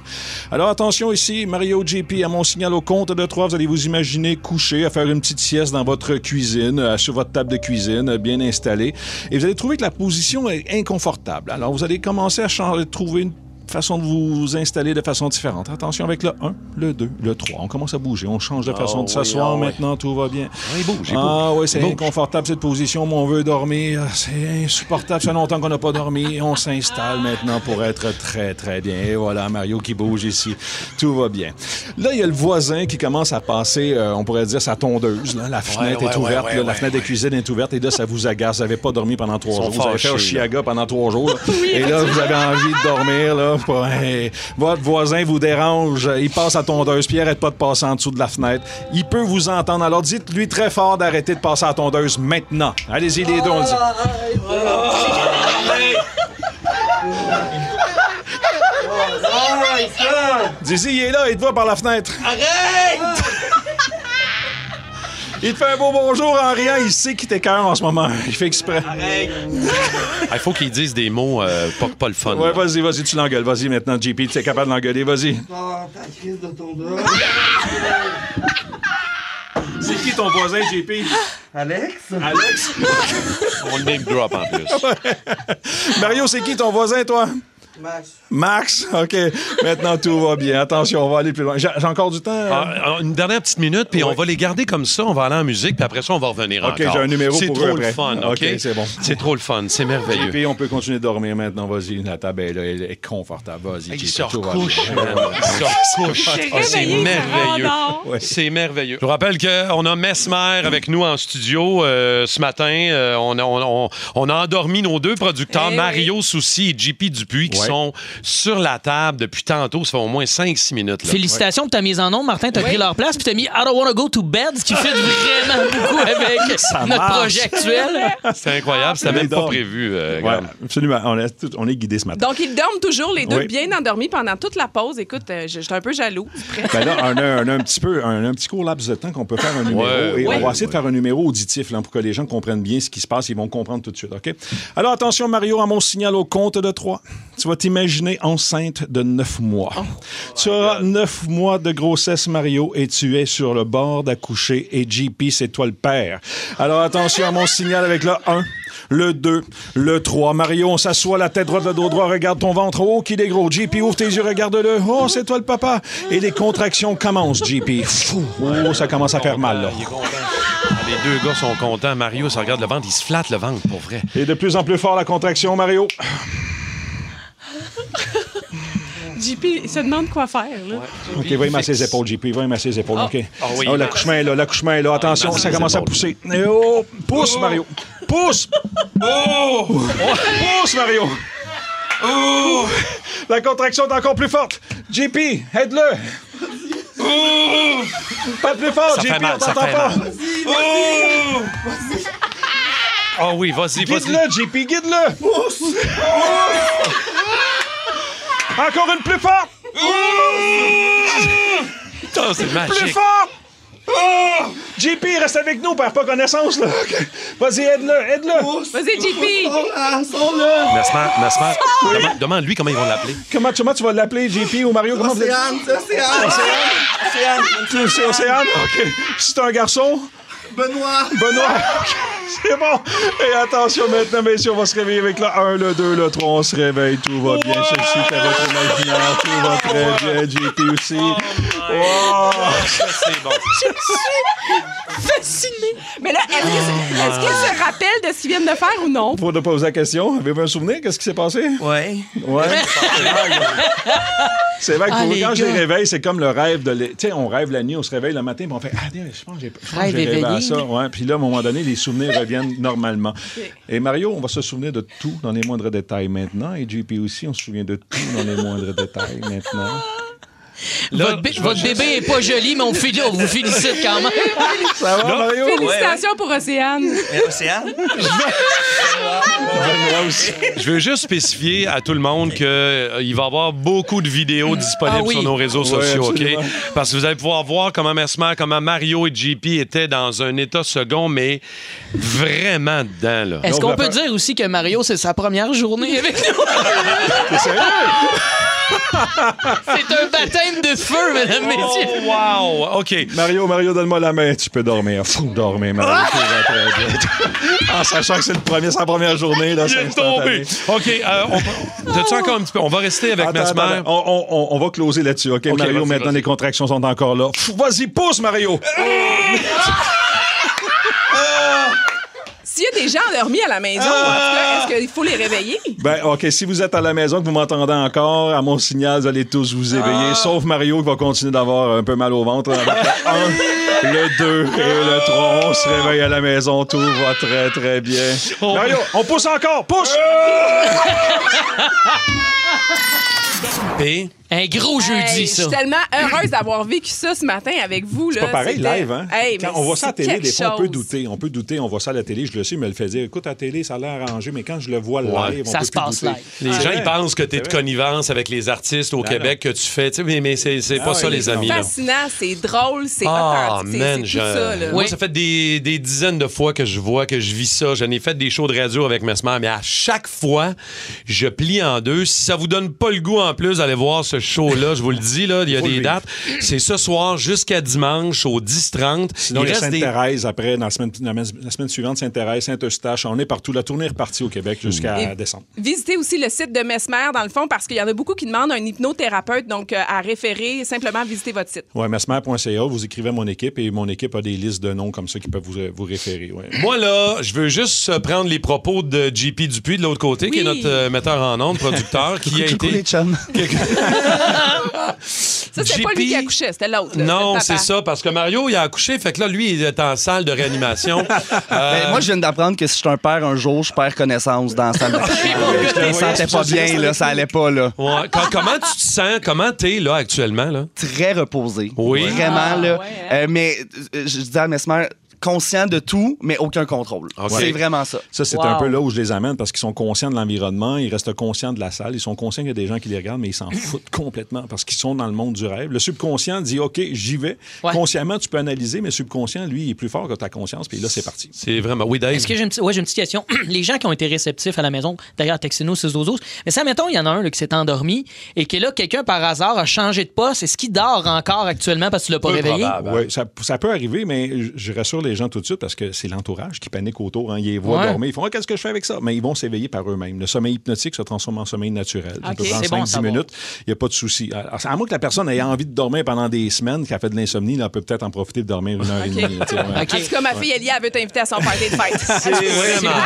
Speaker 13: Alors, attention ici, Mario JP, à mon signal au compte de trois, vous allez vous imaginer couché, à faire une petite sieste dans votre cuisine, euh, sur votre table de cuisine, euh, bien installée. Et vous allez trouver que la position est inconfortable. Alors, vous allez commencer à changer, trouver une façon de vous installer de façon différente. Attention avec le 1, le 2, le 3. On commence à bouger, on change de façon
Speaker 3: Ah
Speaker 13: de
Speaker 3: oui,
Speaker 13: s'asseoir
Speaker 3: ah oui.
Speaker 13: maintenant, tout va bien.
Speaker 3: il bouge, il
Speaker 13: Ah
Speaker 3: bouge.
Speaker 13: oui, c'est
Speaker 3: Il bouge.
Speaker 13: inconfortable cette position, mais on veut dormir. C'est insupportable, ça fait longtemps qu'on n'a pas dormi. On s'installe maintenant pour être très, très bien. Et voilà, Mario qui bouge ici. Tout va bien. Là, il y a le voisin qui commence à passer, euh, on pourrait dire, sa tondeuse. là. La fenêtre
Speaker 3: ouais,
Speaker 13: est
Speaker 3: ouais,
Speaker 13: ouverte,
Speaker 3: ouais,
Speaker 13: là, la
Speaker 3: ouais,
Speaker 13: fenêtre de cuisine est ouverte, et là, ça vous agace. Vous n'avez pas dormi pendant trois jours.
Speaker 3: sont
Speaker 13: Vous avez fait un
Speaker 3: fâchés, là.
Speaker 13: chiaga pendant trois jours. là. et là, vous avez envie de dormir. Là. Ouais. Votre voisin vous dérange. euh, Il passe à tondeuse. Pierre n'arrête pas de passer en dessous de la fenêtre. Il peut vous entendre. Alors dites-lui très fort d'arrêter de passer à tondeuse maintenant. Allez-y, les deux, on le dit. Dis-y, il est là, il te voit par la fenêtre.
Speaker 7: Arrête!
Speaker 13: Il te fait un beau bonjour en riant. Il sait qu'il t'écœure en ce moment. Il fait exprès.
Speaker 3: Ah, Il faut qu'ils disent des mots euh, pas, pas le fun.
Speaker 13: Ouais,
Speaker 3: là.
Speaker 13: vas-y, vas-y, tu l'engueules. Vas-y maintenant, JP, tu es capable de l'engueuler. Vas-y. C'est qui ton voisin, JP? Alex? Alex?
Speaker 3: On le name drop en plus.
Speaker 13: Mario, c'est qui ton voisin, toi? Max, OK. Maintenant, tout va bien. Attention, on va aller plus loin. J'ai j'ai encore du temps? euh?
Speaker 3: Ah, ah, une dernière petite minute, puis on va les garder comme ça. On va aller en musique, puis après ça, on va revenir
Speaker 13: OK,
Speaker 3: encore.
Speaker 13: j'ai un numéro
Speaker 3: C'est
Speaker 13: pour
Speaker 3: trop
Speaker 13: eux
Speaker 3: le
Speaker 13: après.
Speaker 3: fun, OK?
Speaker 13: OK, c'est bon.
Speaker 3: C'est trop le fun, c'est merveilleux.
Speaker 13: JP, on peut continuer de dormir maintenant. Vas-y, la table est là, elle est confortable. Vas-y,
Speaker 3: Il
Speaker 13: JP,
Speaker 3: se
Speaker 13: tout va
Speaker 3: recouche,
Speaker 13: bien.
Speaker 3: man. Il se recouche.
Speaker 13: J'ai
Speaker 3: Ah, C'est
Speaker 13: réveillé,
Speaker 3: merveilleux.
Speaker 13: ça
Speaker 3: C'est merveilleux. Je vous rappelle qu'on a Mesmer avec nous en studio euh, ce matin. Euh, on, a, on- on- on a endormi nos deux producteurs,
Speaker 14: Eh
Speaker 3: Mario Soucy et JP Dupuis, qui
Speaker 14: Ouais.
Speaker 3: sont sur la table depuis tantôt. Ça fait au moins 5-6 minutes. là.
Speaker 5: Félicitations pour ta mise en nom, Martin. T'as pris leur place puis t'as mis I don't wanna go to bed, ce qui fait vraiment beaucoup avec
Speaker 13: Ça
Speaker 5: notre
Speaker 13: marche.
Speaker 5: projet actuel.
Speaker 3: C'est incroyable, c'était même pas
Speaker 13: dort.
Speaker 3: prévu. euh,
Speaker 13: Ouais,
Speaker 3: Gab.
Speaker 13: absolument. On est, tout- on est guidés ce matin.
Speaker 4: Donc, ils dorment toujours, les deux,
Speaker 13: Oui.
Speaker 4: bien endormis pendant toute la pause. Écoute, euh, je je suis un peu jaloux.
Speaker 13: Ben là, on a, on a un petit peu, un, un petit court laps de temps qu'on peut faire un numéro.
Speaker 3: Ouais,
Speaker 13: et
Speaker 4: ouais,
Speaker 13: on va essayer de faire un numéro auditif là, pour que les gens comprennent bien ce qui se passe. Ils vont comprendre tout de suite, OK? Alors, attention, Mario, à mon signal au compte de 3. Tu vas t'imaginer enceinte de 9 mois. tu auras 9 mois de grossesse, Mario, et tu es sur le bord d'accoucher. Et JP, c'est toi le père. Alors, attention à mon signal avec le 1. Le 2, le 3. Mario, on s'assoit, la tête droite, le dos droit, regarde ton ventre. Oh, qu'il est gros. JP, ouvre tes yeux, regarde-le. Oh, c'est toi le papa. Et les contractions commencent, JP. Fou. Oh, ça commence à faire mal, là.
Speaker 3: hein? Ah, Les deux gars sont contents. Mario, ça regarde le ventre, il se flatte le ventre, pour vrai.
Speaker 13: Et de plus en plus fort, la contraction, Mario.
Speaker 4: JP, il se demande quoi faire. là.
Speaker 13: OK, va y masser les épaules, JP. Va y masser les épaules,
Speaker 4: Ah.
Speaker 13: OK.
Speaker 4: Ah oui,
Speaker 13: oh,
Speaker 4: il
Speaker 13: l'accouchement est là, l'accouchement est là. Attention,
Speaker 4: masse
Speaker 13: ça
Speaker 4: les
Speaker 13: commence à
Speaker 4: épaules.
Speaker 13: pousser. Et oh, pousse, Mario. Pousse. Oh! Pousse, Mario. Oh! La contraction est encore plus forte. JP, aide-le. Pas plus fort,
Speaker 3: Ça fait
Speaker 13: JP,
Speaker 3: mal,
Speaker 13: on
Speaker 3: ça
Speaker 13: t'entend
Speaker 3: fait
Speaker 13: pas.
Speaker 3: mal. Ah oui, vas-y, vas-y.
Speaker 13: Guide-le, JP, guide-le. Oh. Encore une plus forte.
Speaker 3: Putain, Ah, c'est
Speaker 13: Plus
Speaker 3: magique.
Speaker 13: fort! Oh! JP, reste avec nous, perds pas connaissance, là. OK. Vas-y, aide-le, aide-le.
Speaker 4: Vas-y, oh.
Speaker 13: JP.
Speaker 3: Mesmer, Mesmer, demande- demande-lui comment ils vont l'appeler.
Speaker 13: Comment, comment tu vas l'appeler, JP ou Mario? Comment vous êtes-
Speaker 7: Océane, c'est Océane. Océane.
Speaker 13: Tu- C'est Océane? OK. Si t'es un garçon?
Speaker 7: Benoît.
Speaker 13: Benoît. C'est bon. Et attention maintenant, messieurs, on va se réveiller avec le 1, le 2, le 3. On se réveille. Tout va bien. Ceci, c'est votre imaginaire. hein. Tout va très bien. JP aussi. Wow.
Speaker 3: c'est bon.
Speaker 4: Je suis fascinée. Mais là, est-ce que- est-ce qu'elle se rappelle de ce qu'ils viennent de faire ou non?
Speaker 13: Pour ne pas poser la question, avez-vous un souvenir? Qu'est-ce qui s'est passé? Oui. Ouais. c'est vrai que
Speaker 4: Ah,
Speaker 13: pour
Speaker 4: les
Speaker 13: quand je
Speaker 4: gars.
Speaker 13: les réveille, c'est comme le rêve de. l'é- Tu sais, on rêve la nuit, on se réveille le matin, puis on fait Ah, tiens, je pense que j'ai je pense que
Speaker 12: Rêve
Speaker 13: j'ai rêvé à
Speaker 12: éveillé.
Speaker 13: ça. Ouais. Puis là, à un moment donné, les souvenirs reviennent normalement. Et Mario, on va se souvenir de tout dans les moindres détails maintenant. Et JP aussi, on se souvient de tout dans les moindres détails maintenant.
Speaker 5: votre, bé- votre bébé est pas joli, mais on, féli- on vous félicite quand même.
Speaker 13: Ça va, Mario?
Speaker 4: Félicitations pour Océane.
Speaker 14: Ben,
Speaker 15: Océane?
Speaker 3: Je veux juste spécifier à tout le monde qu'il va y avoir beaucoup de vidéos disponibles
Speaker 14: Ah oui.
Speaker 3: sur nos réseaux
Speaker 14: Ouais,
Speaker 3: sociaux, OK?
Speaker 14: absolument.
Speaker 3: Parce que vous allez pouvoir voir comment Mesmer, comment Mario et JP étaient dans un état second, mais vraiment dedans, là.
Speaker 5: Est-ce qu'on peut dire aussi que Mario, c'est sa première journée avec nous? c'est un baptême de feu, mesdames, messieurs.
Speaker 3: Oh, wow! OK.
Speaker 13: Mario, Mario, donne-moi la main. Tu peux dormir. Fou, dormir, Mario. Tu vas très bien. en sachant que c'est le premier, sa première journée. Là,
Speaker 3: Il
Speaker 13: c'est
Speaker 3: est tombé. OK, euh, on, t'as-tu encore un petit peu? On va rester avec
Speaker 13: Ah! Attends,
Speaker 3: Mesmer.
Speaker 13: attends, on, on- on- on va closer là-dessus. OK,
Speaker 3: OK,
Speaker 13: Mario,
Speaker 3: vas-y,
Speaker 13: maintenant,
Speaker 3: vas-y.
Speaker 13: les contractions sont encore là. Pff, Vas-y, pousse, Mario!
Speaker 4: S'il y a des gens endormis à la maison,
Speaker 13: Ah!
Speaker 4: en tout cas, est-ce qu'il faut les réveiller?
Speaker 13: Ben, OK, si vous êtes à la maison, que vous m'entendez encore, à mon signal, vous allez tous vous
Speaker 3: Ah!
Speaker 13: éveiller, sauf Mario qui va continuer d'avoir un peu mal au ventre. Avec le 1, le 2 et le 3. On se réveille à la maison, tout va très, très bien. Mario, on pousse encore! Pousse!
Speaker 3: Et...
Speaker 5: Un gros
Speaker 4: Hey,
Speaker 5: jeudi,
Speaker 4: Je
Speaker 5: ça.
Speaker 4: suis tellement heureuse d'avoir vécu ça ce matin avec vous.
Speaker 3: Euh,
Speaker 13: C'est
Speaker 4: là.
Speaker 13: pas pareil,
Speaker 4: C'était-
Speaker 13: live, hein?
Speaker 4: Hey,
Speaker 13: Quand
Speaker 4: mais
Speaker 13: on voit ça à la
Speaker 4: c'est
Speaker 13: télé,
Speaker 4: quelque
Speaker 13: des fois, on peut
Speaker 4: chose.
Speaker 13: douter. On peut douter, on voit ça à la télé, je le sais, mais elle fait dire, écoute, à la télé, ça a l'air arrangé, mais quand je le vois live,
Speaker 3: Ouais.
Speaker 13: on
Speaker 3: Ça
Speaker 13: peut
Speaker 3: se
Speaker 13: plus
Speaker 3: passe
Speaker 13: douter.
Speaker 3: live. Les gens, ils pensent que tu es de connivence avec les artistes au Québec que tu fais. Tu sais, mais mais c'est c'est pas
Speaker 4: Ah
Speaker 3: ça,
Speaker 4: oui,
Speaker 3: les amis.
Speaker 4: C'est
Speaker 3: là.
Speaker 4: fascinant, c'est drôle, c'est
Speaker 3: Ah,
Speaker 4: authentique, c'est-
Speaker 3: man,
Speaker 4: c'est
Speaker 3: je-
Speaker 4: tout ça. là.
Speaker 3: Moi, ça fait des, des dizaines de fois que je vois, que je vis ça. J'en ai fait des shows de radio avec Mesmer, mais à chaque fois, je plie en deux. Si ça vous donne pas le goût, en plus, d'aller voir ce show-là, je vous le dis, là, il y a
Speaker 13: Faut le
Speaker 3: des
Speaker 13: vivre.
Speaker 3: dates. C'est ce soir jusqu'à dimanche, au 10-30.
Speaker 13: Sinon, il y a
Speaker 3: des...
Speaker 13: Sainte-Thérèse après, dans la semaine, la semaine- la semaine suivante, Sainte-Thérèse, Saint-Eustache, on est partout. La tournée est repartie au Québec jusqu'à
Speaker 4: Et-
Speaker 13: décembre.
Speaker 4: Visitez aussi le site de Mesmer, dans le fond, parce qu'il y en a beaucoup qui demandent un hypnothérapeute, donc euh, à référer, simplement visiter votre site.
Speaker 13: Oui, mesmer.ca, vous écrivez à mon équipe et mon équipe a des listes de noms comme ça qui peuvent vous, vous référer. ouais.
Speaker 3: Moi, là, je veux juste euh, prendre les propos de JP Dupuis de l'autre côté, qui est notre euh, metteur en ondes, producteur, qui a
Speaker 15: Coucou,
Speaker 3: été.
Speaker 15: les chums.
Speaker 4: Ça, c'est pas
Speaker 3: JP.
Speaker 4: lui qui accouchait, c'était l'autre. là,
Speaker 3: Non,
Speaker 4: le papa.
Speaker 3: c'est ça, parce que Mario, il a accouché, fait que là, lui, il est en salle de réanimation. Euh,
Speaker 15: Ben, moi, je viens d'apprendre que si je suis un père un jour, je perds connaissance dans la salle d'accouchement. Je me sentais pas bien, là, ça allait pas. là.
Speaker 3: Ouais. Co- comment tu te sens? Comment t'es là actuellement? Là?
Speaker 15: Très reposé.
Speaker 3: Oui.
Speaker 15: Vraiment, là. Euh, mais euh, je dis à Mesmer, conscient de tout, mais aucun contrôle. C'est vraiment ça.
Speaker 13: Ça, c'est un peu là où je les amène parce qu'ils sont conscients de l'environnement, ils restent conscients de la salle, ils sont conscients qu'il y a des gens qui les regardent, mais ils s'en foutent complètement parce qu'ils sont dans le monde du rêve. Le subconscient dit OK, j'y vais. Consciemment, tu peux analyser, mais le subconscient, lui, il est plus fort que ta conscience, puis là, c'est parti.
Speaker 3: C'est vraiment. Oui, Dave.
Speaker 5: Est-ce que j'ai une, petite- ouais, j'ai une petite question? Les gens qui ont été réceptifs à la maison, d'ailleurs, textez-nous ces zozos. Mais ça, mettons, il y en a un là, qui s'est endormi et que là, quelqu'un par hasard a changé de poste. Est-ce qu'il dort encore actuellement parce que tu l'as pas réveillé?
Speaker 13: Oui, ça, ça peut arriver, mais je- je rassure les gens tout de suite parce que c'est l'entourage qui panique autour. hein. Ils les voient
Speaker 5: Ouais.
Speaker 13: dormir. Ils font Ah, Qu'est-ce que je fais avec ça Mais ils vont s'éveiller par eux-mêmes. Le sommeil hypnotique se transforme en sommeil naturel. Ça
Speaker 5: Ok.
Speaker 13: peut prendre
Speaker 5: C'est bon à
Speaker 13: 5-10
Speaker 5: savoir.
Speaker 13: minutes. Il n'y a pas de souci. À, à- à moins que la personne ait envie de dormir pendant des semaines, qu'elle fait de l'insomnie, là, elle peut peut-être en profiter de dormir une heure et demie. là, tu sais, ouais.
Speaker 4: En tout cas, ma fille Elia, elle veut t'inviter à son party de fête.
Speaker 3: C'est vraiment.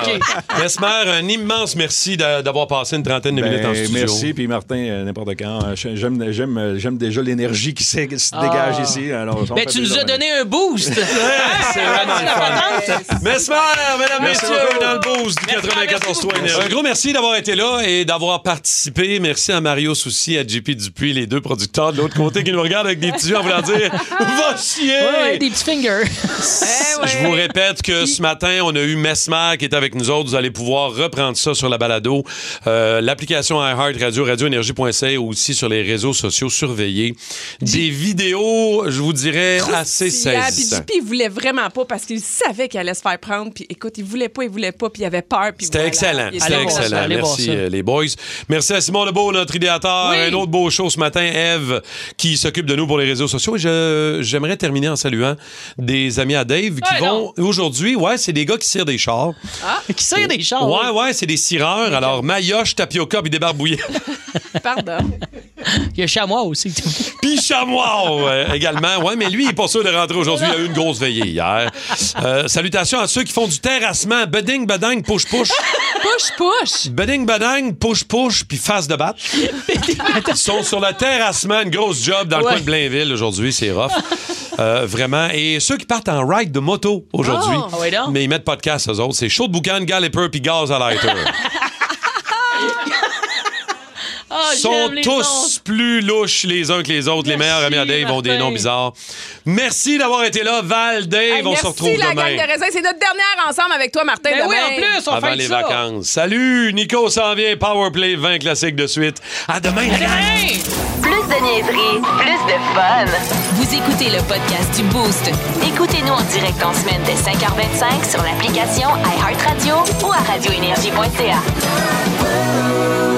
Speaker 3: Mesmer, un immense merci d'a- d'avoir passé une trentaine de
Speaker 13: Ben,
Speaker 3: minutes en studio.
Speaker 13: Merci, puis Martin, euh, n'importe quand. euh, J'aime, j'aime, euh, j'aime déjà l'énergie qui s'é- qui se
Speaker 5: Ah.
Speaker 13: dégage ici. Alors, on
Speaker 5: Ben,
Speaker 13: fait
Speaker 5: tu nous
Speaker 13: plaisir.
Speaker 5: as donné un boost!
Speaker 3: C'est vraiment le fun. Mesmer, mesdames,
Speaker 14: Merci
Speaker 3: messieurs,
Speaker 14: beaucoup.
Speaker 3: dans le boost du 94 3 Un gros merci d'avoir été là et d'avoir participé. Merci à Mario Souci, à JP Dupuis, les deux producteurs de l'autre côté qui nous regardent avec des petits yeux en voulant dire Va chier!
Speaker 5: Ouais, ouais, des petits fingers.
Speaker 4: Eh
Speaker 3: Je vous répète que ce matin, on a eu Mesmer qui est avec nous autres. Vous allez pouvoir reprendre ça sur la balado. Euh, L'application iHeart Radio, radioénergie.ca ou aussi sur les réseaux sociaux surveillés. Des vidéos, je vous dirais, assez
Speaker 4: Puis, ah, puis
Speaker 3: saisissantes.
Speaker 4: Dupuis, il voulait vraiment pas pas parce qu'il savait qu'il allait se faire prendre. Puis écoute, il voulait pas, il voulait pas, puis il avait peur. puis
Speaker 3: C'était
Speaker 4: voilà.
Speaker 3: excellent.
Speaker 4: Il était
Speaker 3: C'était
Speaker 4: bon.
Speaker 3: excellent. Merci, euh, les boys. Merci à Simon Lebeau, notre idéateur. Un autre beau show ce matin, Eve, qui s'occupe de nous pour les réseaux sociaux. Et je- j'aimerais terminer en saluant des amis à Dave qui
Speaker 5: Ah,
Speaker 3: vont aujourd'hui. Ouais, c'est des gars qui cirent des chars.
Speaker 5: Qui sert des chars?
Speaker 3: Ouais, ouais, c'est des cireurs. Alors, Mayoche, Tapioca, puis des barbouillés.
Speaker 4: Pardon.
Speaker 5: Il y a Chamois aussi.
Speaker 3: Puis Chamois euh, également. Ouais, mais lui, il est pas sûr de rentrer aujourd'hui. Il a eu une grosse veillée hier. Euh, salutations à ceux qui font du terrassement. Beding, bedang, push, push.
Speaker 4: Push, push.
Speaker 3: Beding, bedang, push, push, puis face de batte. Ils sont sur le terrassement. Une grosse job dans le
Speaker 5: Ouais.
Speaker 3: coin de Blainville aujourd'hui. C'est rough. Euh, vraiment. Et ceux qui partent en ride de moto aujourd'hui.
Speaker 5: Ah ouais, donc.
Speaker 3: mais ils mettent podcast, eux autres. C'est chaud de boucan, galipeur, puis gaz à lighter.
Speaker 5: Ah,
Speaker 3: sont
Speaker 5: j'aime les
Speaker 3: tous plus louches les uns que les autres. les meilleurs amis à Dave ont des
Speaker 4: Martin.
Speaker 3: noms bizarres. Merci d'avoir été là, Val, Dave.
Speaker 4: Hey,
Speaker 3: on
Speaker 4: merci,
Speaker 3: se retrouve
Speaker 4: la
Speaker 3: demain.
Speaker 4: gang de raisins. C'est notre dernière ensemble avec toi, Martin.
Speaker 5: Ben oui,
Speaker 4: demain.
Speaker 5: en plus,
Speaker 3: Avant les vacances. Salut, Nico s'en vient. Powerplay 20 classique de suite. À demain. la gang.
Speaker 2: Plus de niaiserie, plus de fun.
Speaker 1: Vous écoutez le podcast du Boost. Écoutez-nous en direct en semaine dès 5h25 sur l'application iHeartRadio ou à radioénergie.ca.